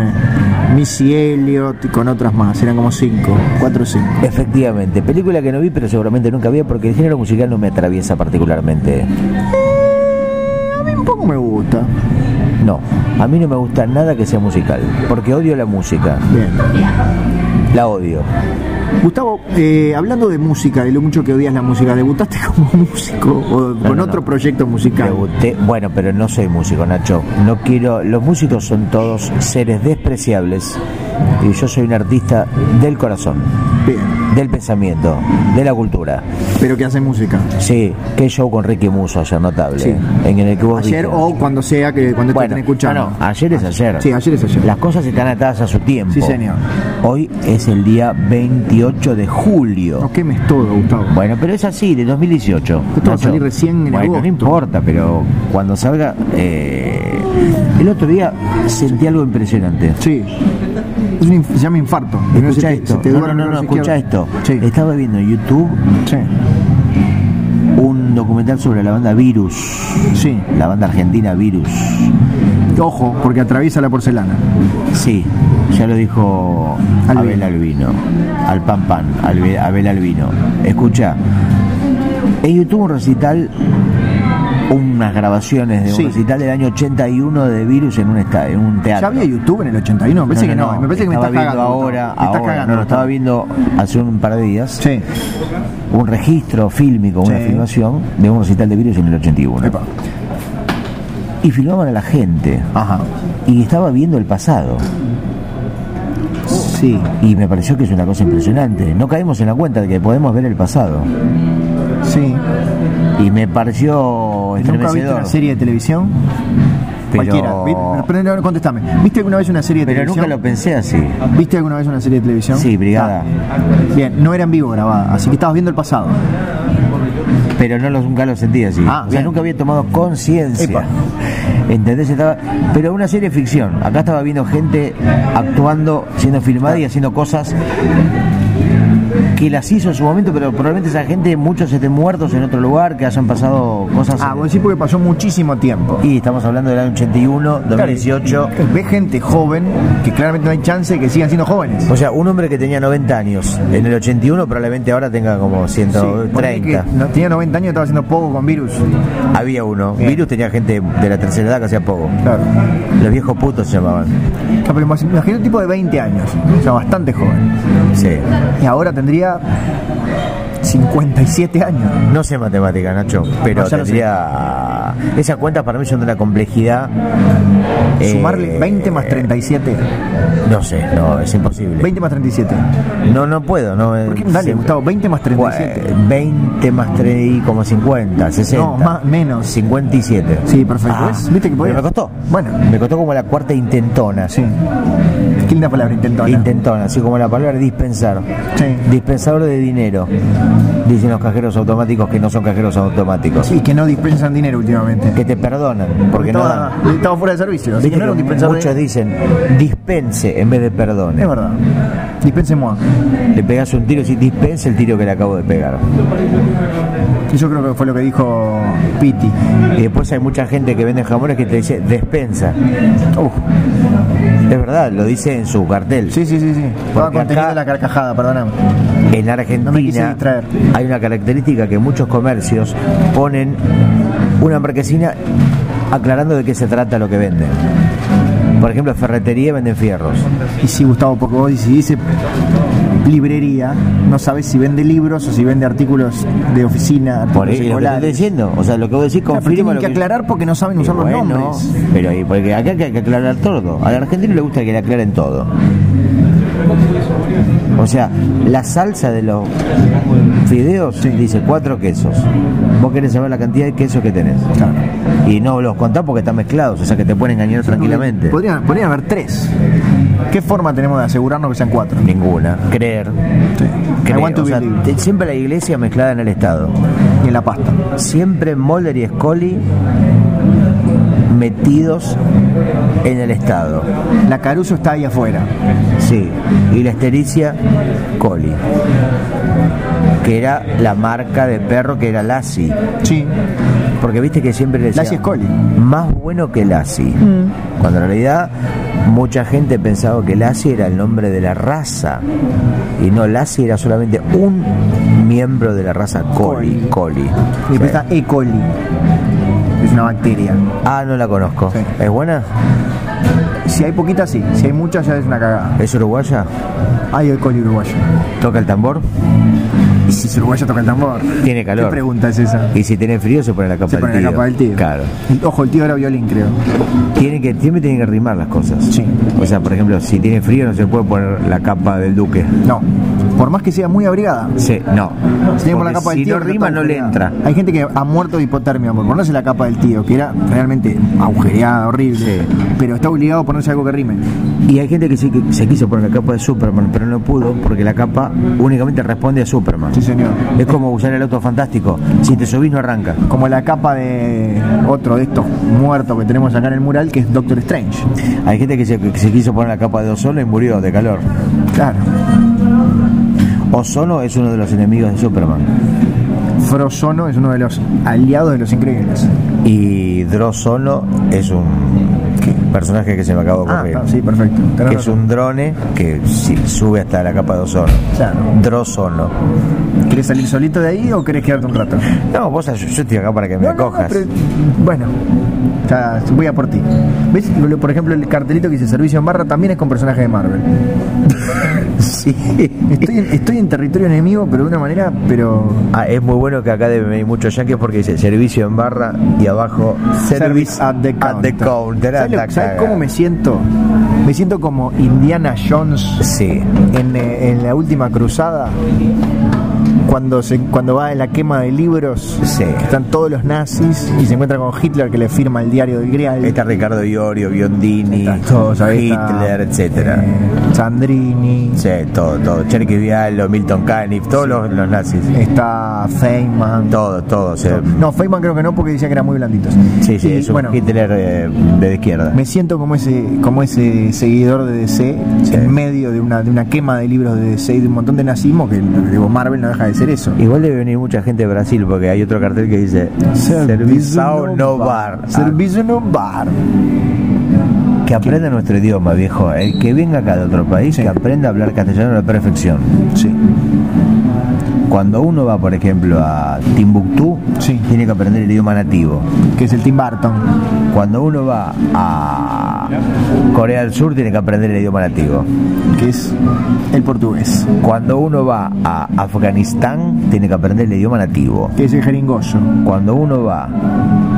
Speaker 1: Missy Elliott y con otras más. Eran como cinco, cuatro o cinco.
Speaker 2: Efectivamente, película que no vi, pero seguramente nunca vi porque el género musical no me atraviesa particularmente.
Speaker 1: A mí un poco me gusta.
Speaker 2: No, a mí no me gusta nada que sea musical, porque odio la música,
Speaker 1: Bien.
Speaker 2: la odio.
Speaker 1: Gustavo, eh, hablando de música, de lo mucho que odias la música, ¿debutaste [laughs] como músico o con
Speaker 2: no,
Speaker 1: otro
Speaker 2: no.
Speaker 1: proyecto
Speaker 2: Me
Speaker 1: musical?
Speaker 2: guste- bueno, pero no soy músico, Nacho. No quiero, los músicos son todos seres despreciables y yo soy un artista del corazón,
Speaker 1: Bien.
Speaker 2: del pensamiento, de la cultura.
Speaker 1: Pero que hace música.
Speaker 2: Sí, qué show con Ricky Muso ayer notable,
Speaker 1: Sí.
Speaker 2: en el que vos
Speaker 1: Ayer
Speaker 2: viste.
Speaker 1: o cuando sea que cuando
Speaker 2: Bueno,
Speaker 1: estén escuchando. Ah,
Speaker 2: no, no, ayer es ayer.
Speaker 1: Sí, ayer es ayer.
Speaker 2: Las cosas están atadas a su tiempo.
Speaker 1: Sí, señor.
Speaker 2: Hoy es el día 28 de julio.
Speaker 1: No quemes todo, Gustavo.
Speaker 2: Bueno, pero es así, de 2018.
Speaker 1: Esto va a
Speaker 2: Nacho.
Speaker 1: salir recién en
Speaker 2: Bueno,
Speaker 1: agosto.
Speaker 2: no importa, pero cuando salga... eh, El otro día sentí algo impresionante.
Speaker 1: Sí. Es un inf- se llama infarto. Primero
Speaker 2: Escucha
Speaker 1: se te-
Speaker 2: esto.
Speaker 1: se te
Speaker 2: no, no,
Speaker 1: duerme
Speaker 2: no,
Speaker 1: el
Speaker 2: no,
Speaker 1: brazo
Speaker 2: escucha esto. Este-
Speaker 1: izquierdo. Sí.
Speaker 2: Estaba viendo en YouTube un documental sobre la banda Virus.
Speaker 1: Sí.
Speaker 2: La banda argentina Virus.
Speaker 1: Sí. Ojo, porque atraviesa la porcelana.
Speaker 2: Sí, ya lo dijo
Speaker 1: Albino.
Speaker 2: Abel Albino. Al pan pan, Albe- Abel Albino. Escucha, en YouTube un recital, unas grabaciones de
Speaker 1: Sí.
Speaker 2: un recital del año 81 de Virus en un, esta- en un teatro.
Speaker 1: ¿Ya había YouTube en el 81? Me parece que no. Me parece que me
Speaker 2: estaba
Speaker 1: estás
Speaker 2: viendo
Speaker 1: cagando.
Speaker 2: ahora,
Speaker 1: Gustavo. Me estás
Speaker 2: ahora,
Speaker 1: cagando.
Speaker 2: no, lo estaba viendo hace un par de días,
Speaker 1: Sí.
Speaker 2: un registro fílmico, una
Speaker 1: Sí.
Speaker 2: filmación de un recital de Virus en el 81.
Speaker 1: Epa.
Speaker 2: Y filmaban a la gente
Speaker 1: Ajá.
Speaker 2: y estaba viendo el pasado.
Speaker 1: Sí.
Speaker 2: Y me pareció que es una cosa impresionante. No caemos en la cuenta de que podemos ver el pasado.
Speaker 1: Sí.
Speaker 2: Y me pareció
Speaker 1: ¿Nunca viste una
Speaker 2: estremecedor.
Speaker 1: serie de televisión?
Speaker 2: Pero-
Speaker 1: Cualquiera. Vi- Pero, no, contéstame. ¿Viste alguna vez una serie de
Speaker 2: Pero nunca
Speaker 1: televisión?
Speaker 2: lo pensé así.
Speaker 1: ¿Viste alguna vez una serie de televisión?
Speaker 2: Sí, Brigada.
Speaker 1: Ah. Bien, no era en vivo grabada, así que estabas viendo el pasado.
Speaker 2: Pero no lo, nunca lo sentí así.
Speaker 1: Ah,
Speaker 2: o sea,
Speaker 1: bien.
Speaker 2: nunca había tomado conciencia.
Speaker 1: Epa.
Speaker 2: [laughs] ¿Entendés? Estaba... Pero una serie de ficción. Acá estaba viendo gente actuando, siendo filmada y haciendo cosas que las hizo en su momento, pero probablemente esa gente, muchos estén muertos en otro lugar, que hayan pasado cosas.
Speaker 1: Ah, vos decís porque pasó muchísimo tiempo.
Speaker 2: Y estamos hablando del año 81, 2018.
Speaker 1: Ve gente joven que claramente no hay chance de que sigan siendo jóvenes.
Speaker 2: O sea, un hombre que tenía 90 años en el 81 probablemente ahora tenga como
Speaker 1: Sí, ponele
Speaker 2: 130.
Speaker 1: que no, tenía 90 años y estaba haciendo poco con virus.
Speaker 2: Había uno.
Speaker 1: Bien.
Speaker 2: Virus tenía gente de la tercera edad que hacía poco.
Speaker 1: Claro.
Speaker 2: Los viejos putos se llamaban.
Speaker 1: No, pero imagínate un tipo de 20 años, o sea, bastante joven.
Speaker 2: Sí.
Speaker 1: Y ahora tendría 57 años.
Speaker 2: No sé matemática, Nacho, pero
Speaker 1: No, ya lo
Speaker 2: tendría... Esas cuentas para mí son de una complejidad... eh,
Speaker 1: Sumarle 20 más 37.
Speaker 2: No sé, no, es imposible.
Speaker 1: 20 más 37.
Speaker 2: No, no puedo, no... eh,
Speaker 1: ¿Por qué? Dale,
Speaker 2: se-
Speaker 1: Gustavo, 20 más 37.
Speaker 2: Bueno, 20 más 3, como 50, 60.
Speaker 1: No, más- menos.
Speaker 2: 57.
Speaker 1: Sí, perfecto. ¿Ves? ¿Viste que podías?
Speaker 2: Ah, pero me costó.
Speaker 1: Bueno.
Speaker 2: Me costó como la cuarta intentona.
Speaker 1: Sí. Qué linda palabra, intentona.
Speaker 2: Intentona, así como la palabra dispensar.
Speaker 1: Sí.
Speaker 2: Dispensador de dinero. Dicen los cajeros automáticos que no son cajeros automáticos.
Speaker 1: Sí, que no dispensan dinero últimamente.
Speaker 2: Que te perdonan, porque no
Speaker 1: estaba,
Speaker 2: dan.
Speaker 1: estaba fuera de servicio. Así
Speaker 2: Viste
Speaker 1: que no era
Speaker 2: que
Speaker 1: un dispensador. Eh,
Speaker 2: muchos dicen dispense en vez de perdone.
Speaker 1: Es verdad. Dispensemos.
Speaker 2: Le pegas un tiro y decís, dispense el tiro que le acabo de pegar.
Speaker 1: Yo creo que fue lo que dijo Piti.
Speaker 2: Y después hay mucha gente que vende jamones que te dice despensa.
Speaker 1: Uf.
Speaker 2: Es verdad, lo dice en su cartel.
Speaker 1: Sí, sí, sí, sí. Estaba
Speaker 2: Porque
Speaker 1: conteniendo
Speaker 2: acá-
Speaker 1: la carcajada, perdóname.
Speaker 2: En Argentina
Speaker 1: No me quise distraer.
Speaker 2: hay una característica que muchos comercios ponen una marquesina aclarando de qué se trata lo que venden. Por ejemplo, ferretería venden fierros.
Speaker 1: Y sí, Gustavo, porque vos si dice librería, no sabes si vende libros o si vende artículos de oficina, artículos
Speaker 2: Por eso lo que te estoy
Speaker 1: escolares.
Speaker 2: diciendo. O sea, lo que vos decís
Speaker 1: Claro, pero
Speaker 2: confirma
Speaker 1: tienen
Speaker 2: lo
Speaker 1: que aclarar porque no saben
Speaker 2: Y
Speaker 1: usar los
Speaker 2: bueno,
Speaker 1: nombres.
Speaker 2: Pero ahí, porque acá hay que aclarar todo. Al argentino le gusta que le aclaren todo. O sea, la salsa de los fideos dice cuatro quesos. Vos querés saber la cantidad de quesos que tenés.
Speaker 1: Claro.
Speaker 2: Y no los contás porque están mezclados, o sea que te pueden engañar tranquilamente.
Speaker 1: Podrían, podrían haber tres. ¿Qué forma tenemos de asegurarnos que sean cuatro?
Speaker 2: Ninguna. Creer.
Speaker 1: I
Speaker 2: Creer.
Speaker 1: want to
Speaker 2: O sea,
Speaker 1: believe.
Speaker 2: te- siempre la iglesia mezclada en el Estado.
Speaker 1: Y en la pasta.
Speaker 2: Siempre Molder y Scully metidos en el Estado.
Speaker 1: La Caruso está ahí afuera.
Speaker 2: Sí. Y la estericia Coli. que era la marca de perro que era Lassie.
Speaker 1: Sí.
Speaker 2: Porque viste que siempre le decían
Speaker 1: Lassie Scully.
Speaker 2: más bueno que Lassie. Cuando en realidad mucha gente pensaba que Lassie era el nombre de la raza. Y no, Lassie era solamente un miembro de la raza Collie. Collie.
Speaker 1: Y
Speaker 2: Sí.
Speaker 1: después está E. coli. Es una bacteria.
Speaker 2: Ah, no la conozco.
Speaker 1: Sí.
Speaker 2: ¿Es buena?
Speaker 1: Si hay poquitas, sí. Si hay muchas, ya es una cagada.
Speaker 2: ¿Es uruguaya?
Speaker 1: Hay E. coli uruguayo.
Speaker 2: ¿Toca el tambor?
Speaker 1: Y si es uruguayo, toca el tambor.
Speaker 2: Tiene calor.
Speaker 1: ¿Qué pregunta es esa?
Speaker 2: Y si tiene frío se pone la capa
Speaker 1: Se pone
Speaker 2: del
Speaker 1: la
Speaker 2: tío.
Speaker 1: capa del tío.
Speaker 2: Claro.
Speaker 1: El- Ojo, el tío era violín, creo.
Speaker 2: Tiene que, siempre tienen que rimar las cosas.
Speaker 1: Sí.
Speaker 2: O sea, por ejemplo, si tiene frío no se puede poner la capa del duque.
Speaker 1: No. Por más que sea muy abrigada.
Speaker 2: Sí, no.
Speaker 1: Si tiene por la
Speaker 2: Porque
Speaker 1: capa del
Speaker 2: si
Speaker 1: tío,
Speaker 2: no rima
Speaker 1: está
Speaker 2: no le
Speaker 1: agujereada.
Speaker 2: entra.
Speaker 1: Hay gente que ha muerto de hipotermia por ponerse la capa del tío, que era realmente agujereada, horrible.
Speaker 2: Sí.
Speaker 1: Pero está obligado a ponerse algo que rime.
Speaker 2: Y hay gente que sí que se quiso poner la capa de Superman, pero no pudo porque la capa únicamente responde a Superman.
Speaker 1: Sí, señor.
Speaker 2: Es como usar el auto fantástico. Si te subís no arranca.
Speaker 1: Como la capa de otro de estos muertos que tenemos acá en el mural, que es Doctor Strange.
Speaker 2: Hay gente que se, que se quiso poner la capa de ozono y murió de calor.
Speaker 1: Claro.
Speaker 2: Ozono es uno de los enemigos de Superman.
Speaker 1: Frozono es uno de los aliados de los increíbles.
Speaker 2: Y Drozono es un personaje que se me acaba de
Speaker 1: Ah,
Speaker 2: ocurrir.
Speaker 1: claro, sí, perfecto. Tenés
Speaker 2: que es
Speaker 1: razón.
Speaker 2: un drone que si- sube hasta la capa de ozono.
Speaker 1: Claro.
Speaker 2: Drozono.
Speaker 1: ¿Querés salir solito de ahí o querés quedarte un rato?
Speaker 2: No, vos yo, yo estoy acá para que me
Speaker 1: No, no, no,
Speaker 2: cojas.
Speaker 1: pero- bueno, ya voy a por ti. ¿Ves? Lo- lo- Por ejemplo, el cartelito que dice servicio en barra también es con personajes de Marvel. [laughs]
Speaker 2: Sí.
Speaker 1: Estoy en, estoy en territorio enemigo, pero de una manera, pero.
Speaker 2: Ah, es muy bueno que acá deben venir muchos yankees porque dice servicio en barra y abajo service,
Speaker 1: at the counter.
Speaker 2: counter.
Speaker 1: ¿Sabes, lo-
Speaker 2: Anda,
Speaker 1: sabes
Speaker 2: caga.
Speaker 1: cómo me siento? Me siento como Indiana Jones
Speaker 2: Sí.
Speaker 1: en, eh, en la última cruzada. Cuando, se, cuando va en la quema de libros,
Speaker 2: Sí.
Speaker 1: que están todos los nazis y se encuentra con Hitler que le firma el diario del Grial.
Speaker 2: Ahí Está Ricardo Iorio, Biondini,
Speaker 1: Está todos, ahí está,
Speaker 2: Hitler, etcétera.
Speaker 1: eh, Sandrini.
Speaker 2: Sí, todo, todo. Cherky Vialo, Milton Caniff, todos los, los nazis.
Speaker 1: Está Feynman.
Speaker 2: Todo, todo. se-
Speaker 1: No, Feynman creo que no porque decía que eran muy blanditos.
Speaker 2: sí, sí,
Speaker 1: Y,
Speaker 2: es un
Speaker 1: bueno,
Speaker 2: Hitler eh, de la izquierda.
Speaker 1: me siento como ese, como ese seguidor de DC
Speaker 2: Sí.
Speaker 1: en medio de una, de una quema de libros de DC y de un montón de nazismo que digo, Marvel no deja de ser eso.
Speaker 2: Igual debe venir mucha gente de Brasil porque hay otro cartel que dice Serviço no bar.
Speaker 1: Servicio no bar.
Speaker 2: Ah, que aprenda nuestro idioma, viejo. El que venga acá de otro país, que aprenda a hablar castellano a la perfección.
Speaker 1: Sí.
Speaker 2: Cuando uno va, por ejemplo, a Timbuktu,
Speaker 1: Sí.
Speaker 2: tiene que aprender el idioma nativo.
Speaker 1: Que es el Tim Burton.
Speaker 2: Cuando uno va a Corea del Sur, tiene que aprender el idioma nativo.
Speaker 1: Que es el portugués.
Speaker 2: Cuando uno va a Afganistán, tiene que aprender el idioma nativo.
Speaker 1: Que es el jeringoso.
Speaker 2: Cuando uno va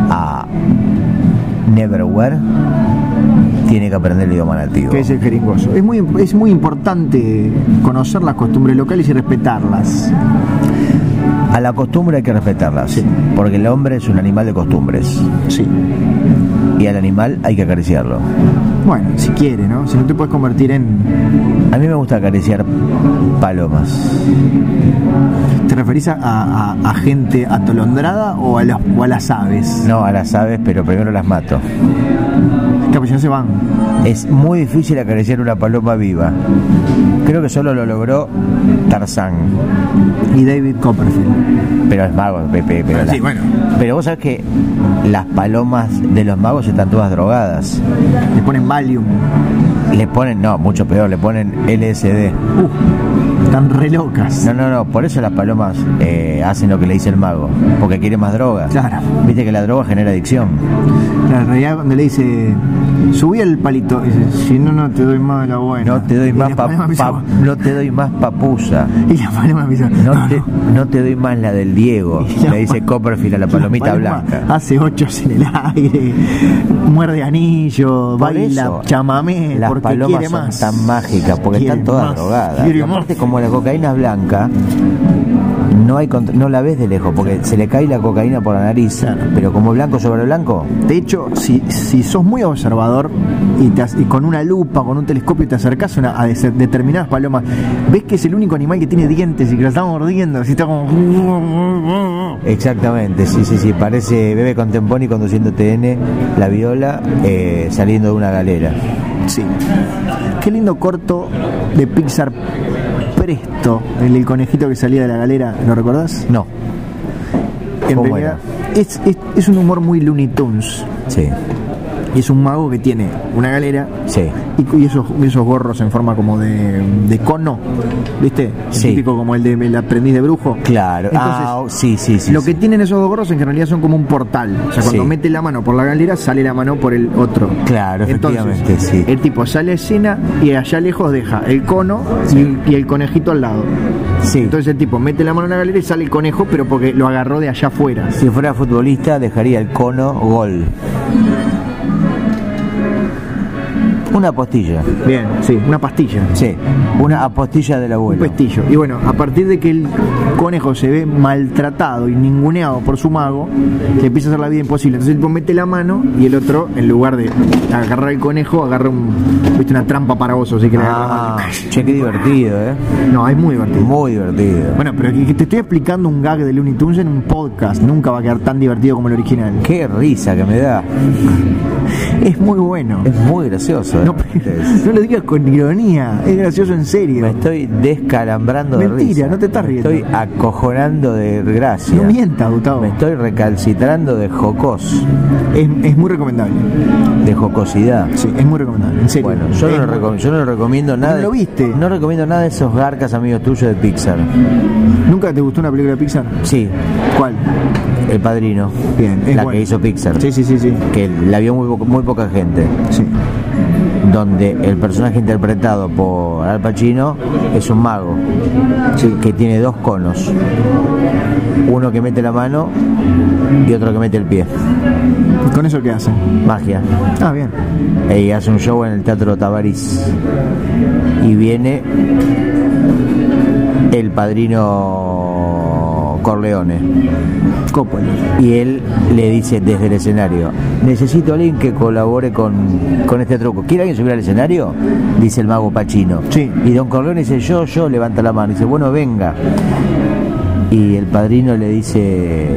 Speaker 2: a Neverwhere, tiene que aprender el idioma nativo.
Speaker 1: Que es el jeringoso. Es muy, es muy importante conocer las costumbres locales y respetarlas.
Speaker 2: A la costumbre hay que respetarlas,
Speaker 1: Sí.
Speaker 2: porque el hombre es un animal de costumbres
Speaker 1: Sí.
Speaker 2: y al animal hay que acariciarlo.
Speaker 1: Bueno, si quiere, ¿no? Si no te puedes convertir en.
Speaker 2: A mí me gusta acariciar palomas.
Speaker 1: ¿Te referís a, a- a gente atolondrada o a, los, o a las aves?
Speaker 2: No a las aves, pero primero las mato.
Speaker 1: Que pues ya se van.
Speaker 2: Es muy difícil acariciar una paloma viva. Creo que solo lo logró Tarzán,
Speaker 1: Y David Copperfield.
Speaker 2: pero es mago, Pepe. Pero,
Speaker 1: Ah, sí,
Speaker 2: la-
Speaker 1: bueno.
Speaker 2: pero vos sabés que las palomas de los magos están todas drogadas.
Speaker 1: Le ponen Valium.
Speaker 2: Le ponen, no, mucho peor, le ponen LSD.
Speaker 1: Están re locas.
Speaker 2: No, no, no, por eso las palomas eh, hacen lo que le dice el mago, porque quiere más droga.
Speaker 1: Claro.
Speaker 2: Viste que la droga genera adicción.
Speaker 1: La realidad cuando le dice. Subí el palito. y dice, si no, no te doy más de la buena.
Speaker 2: No te doy
Speaker 1: Y
Speaker 2: más
Speaker 1: la
Speaker 2: pa-
Speaker 1: paloma me hizo-
Speaker 2: pa- no te doy más papusa.
Speaker 1: Y la paloma me hizo,
Speaker 2: No te, no te doy más la
Speaker 1: [laughs]
Speaker 2: del Diego,
Speaker 1: Y la
Speaker 2: le dice
Speaker 1: pa-
Speaker 2: Copperfield a la
Speaker 1: La
Speaker 2: palomita
Speaker 1: paloma ah,
Speaker 2: blanca.
Speaker 1: Hace ochos en el aire, muerde anillo,
Speaker 2: Por
Speaker 1: baila,
Speaker 2: eso,
Speaker 1: chamamé,
Speaker 2: Las
Speaker 1: porque
Speaker 2: palomas
Speaker 1: quiere
Speaker 2: son
Speaker 1: más.
Speaker 2: tan mágicas, porque
Speaker 1: Quiere
Speaker 2: están todas
Speaker 1: más,
Speaker 2: drogadas.
Speaker 1: quiere
Speaker 2: Y aparte,
Speaker 1: más.
Speaker 2: como la cocaína es blanca, no, hay contr- no la ves de lejos, porque se le cae la cocaína por la nariz,
Speaker 1: Claro.
Speaker 2: pero como blanco sobre blanco,
Speaker 1: De hecho, si, si sos muy observador y, te ac- y con una lupa, con un telescopio te acercás a una- a dese- determinadas palomas, ves que es el único animal que tiene dientes y que lo está mordiendo, así está como...
Speaker 2: Exactamente, sí, sí, sí. Parece Bebe Contemponi conduciendo TN, la viola, eh, saliendo de una galera.
Speaker 1: Sí. Qué lindo corto de Pixar Presto, el del conejito que salía de la galera, ¿lo recordás?
Speaker 2: No.
Speaker 1: En
Speaker 2: ¿Cómo
Speaker 1: realidad, es, es- es un humor muy Looney Tunes.
Speaker 2: Sí,
Speaker 1: Es un mago que tiene una galera
Speaker 2: sí.
Speaker 1: y, y esos, y esos gorros en forma como de, de cono, ¿viste? El
Speaker 2: Sí.
Speaker 1: Típico como el de el aprendiz de brujo.
Speaker 2: Claro.
Speaker 1: Entonces,
Speaker 2: ah, sí, sí, sí.
Speaker 1: lo
Speaker 2: sí.
Speaker 1: que tienen esos dos gorros en realidad son como un portal. O sea, cuando
Speaker 2: Sí.
Speaker 1: mete la mano por la galera, sale la mano por el otro.
Speaker 2: Claro, efectivamente,
Speaker 1: Entonces,
Speaker 2: sí.
Speaker 1: El tipo sale a escena y allá lejos deja el cono y, y el conejito al lado.
Speaker 2: Sí.
Speaker 1: Entonces el tipo mete la mano en la galera y sale el conejo, pero porque lo agarró de allá afuera.
Speaker 2: Si fuera futbolista, dejaría el cono gol. Una postilla.
Speaker 1: Bien, sí, una pastilla.
Speaker 2: Sí, una apostilla del
Speaker 1: Un
Speaker 2: abuelo.
Speaker 1: pestillo. Y bueno, a partir de que el conejo se ve maltratado y ninguneado por su mago, le empieza a hacer la vida imposible. Entonces el tipo mete la mano y el otro, en lugar de agarrar el conejo, agarra un, ¿viste? una trampa para osos. Así que le agarra
Speaker 2: Ah, che, qué divertido, ¿eh?
Speaker 1: No, es muy divertido.
Speaker 2: Muy divertido.
Speaker 1: Bueno, pero que- que te estoy explicando un gag de Looney Tunes en un podcast. Nunca va a quedar tan divertido como el original.
Speaker 2: Qué risa que me da.
Speaker 1: Es muy bueno.
Speaker 2: Es muy gracioso. ¿eh?
Speaker 1: No, [laughs] pero- no lo digas con ironía. Es gracioso en serio.
Speaker 2: Me estoy descalambrando de
Speaker 1: Mentira,
Speaker 2: risa.
Speaker 1: no te estás
Speaker 2: Me
Speaker 1: riendo.
Speaker 2: Estoy acojonando de gracia.
Speaker 1: No mientas, Gustavo.
Speaker 2: Me estoy recalcitrando de jocos,
Speaker 1: Es, es muy recomendable.
Speaker 2: de jocosidad.
Speaker 1: Sí, es muy recomendable. En serio.
Speaker 2: Bueno, yo
Speaker 1: Es
Speaker 2: no,
Speaker 1: muy-
Speaker 2: recom- yo no recomiendo nada.
Speaker 1: No
Speaker 2: de-
Speaker 1: lo viste.
Speaker 2: No recomiendo nada de esos garcas amigos tuyos de Pixar.
Speaker 1: ¿Nunca te gustó una película de Pixar?
Speaker 2: Sí,
Speaker 1: ¿Cuál?
Speaker 2: El Padrino.
Speaker 1: Bien, es
Speaker 2: la
Speaker 1: buena.
Speaker 2: que hizo Pixar.
Speaker 1: Sí, sí, sí, sí.
Speaker 2: Que la vio muy, po- muy poca gente.
Speaker 1: Sí.
Speaker 2: Donde el personaje interpretado por Al Pacino es un mago. Que tiene dos conos. Uno que mete la mano y otro que mete el pie.
Speaker 1: ¿Y ¿Con eso qué hacen?
Speaker 2: Magia.
Speaker 1: Ah, bien.
Speaker 2: Y hace un show en el Teatro Tabarís. Y viene el padrino Corleone.
Speaker 1: Coppola.
Speaker 2: Y él le dice desde el escenario, necesito a alguien que colabore con, con este truco. ¿Quiere alguien subir al escenario? Dice el mago Pachino.
Speaker 1: Sí.
Speaker 2: Y don Corleone dice, yo, yo, levanta la mano. Dice, bueno, venga. Y el padrino le dice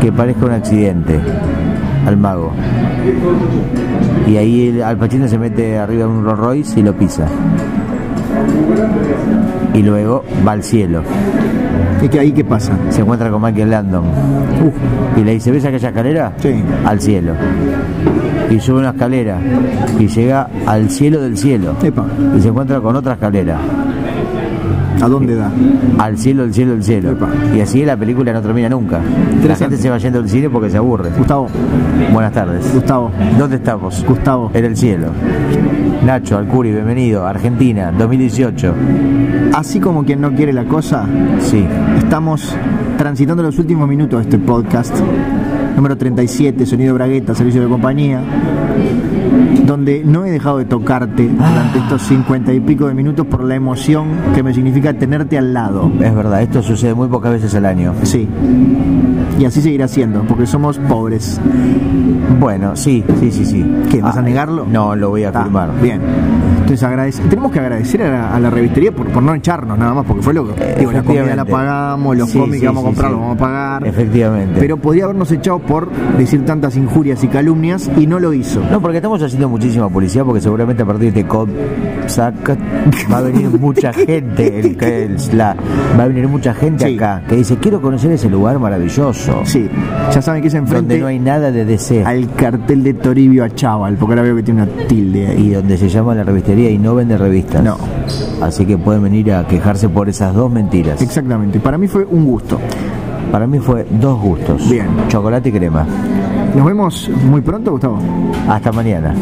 Speaker 2: que parezca un accidente al mago. Y ahí el- al Pacino se mete arriba de un Rolls Royce y lo pisa. Y luego va al cielo.
Speaker 1: ¿Y que ahí qué pasa?
Speaker 2: Se encuentra con Michael Landon.
Speaker 1: Uf.
Speaker 2: Y le dice, ¿ves aquella escalera?
Speaker 1: Sí.
Speaker 2: Al cielo. Y sube una escalera. Y llega al cielo del cielo.
Speaker 1: Epa,
Speaker 2: Y se encuentra con otra escalera.
Speaker 1: ¿a dónde da?
Speaker 2: Al cielo, del cielo, del cielo.
Speaker 1: Epa.
Speaker 2: Y así la película no termina nunca. La
Speaker 1: Interesante.
Speaker 2: gente se va yendo al cine porque se aburre.
Speaker 1: Gustavo,
Speaker 2: Buenas tardes.
Speaker 1: Gustavo,
Speaker 2: ¿Dónde estamos?
Speaker 1: Gustavo.
Speaker 2: En el cielo. Nacho, Alcuri, bienvenido. Argentina, 2018. Eh.
Speaker 1: Así como quien no quiere la cosa,
Speaker 2: Sí.
Speaker 1: estamos transitando los últimos minutos de este podcast. Número 37, Sonido Bragueta, Servicio de Compañía. Donde no he dejado de tocarte durante estos cincuenta y pico de minutos por la emoción que me significa tenerte al lado.
Speaker 2: Es verdad, esto sucede muy pocas veces al año.
Speaker 1: Sí. Y así seguirá siendo, porque somos pobres.
Speaker 2: Bueno, sí, sí, sí, sí. Ah,
Speaker 1: ¿Qué, vas a negarlo?
Speaker 2: No, lo voy a
Speaker 1: Está,
Speaker 2: afirmar.
Speaker 1: Bien. Entonces agradece- tenemos que agradecer a la, a la revistería por, por no echarnos nada más, porque fue lo que... Digo, la comida la
Speaker 2: Efectivamente.
Speaker 1: pagamos, los
Speaker 2: Sí,
Speaker 1: cómics
Speaker 2: sí,
Speaker 1: que vamos a
Speaker 2: sí,
Speaker 1: comprar
Speaker 2: sí.
Speaker 1: los vamos a pagar.
Speaker 2: Efectivamente.
Speaker 1: Pero podría habernos echado por decir tantas injurias y calumnias y no lo hizo.
Speaker 2: No, porque estamos haciendo muchísima publicidad porque seguramente a partir de COPSAC va
Speaker 1: [laughs]
Speaker 2: a venir mucha gente, el- el- la- va a venir mucha gente
Speaker 1: Sí.
Speaker 2: acá que dice, quiero conocer ese lugar maravilloso,
Speaker 1: Sí, ya saben que es
Speaker 2: donde
Speaker 1: enfrente
Speaker 2: no hay nada de deseo
Speaker 1: al cartel de Toribio a Chaval, porque ahora veo que tiene una tilde ahí.
Speaker 2: y donde se llama la revistería y no vende revistas.
Speaker 1: No.
Speaker 2: Así que pueden venir a quejarse por esas dos mentiras.
Speaker 1: Exactamente. Para mí fue un gusto.
Speaker 2: Para mí fue dos gustos.
Speaker 1: Bien.
Speaker 2: Chocolate y crema.
Speaker 1: Nos vemos muy pronto, Gustavo.
Speaker 2: Hasta mañana.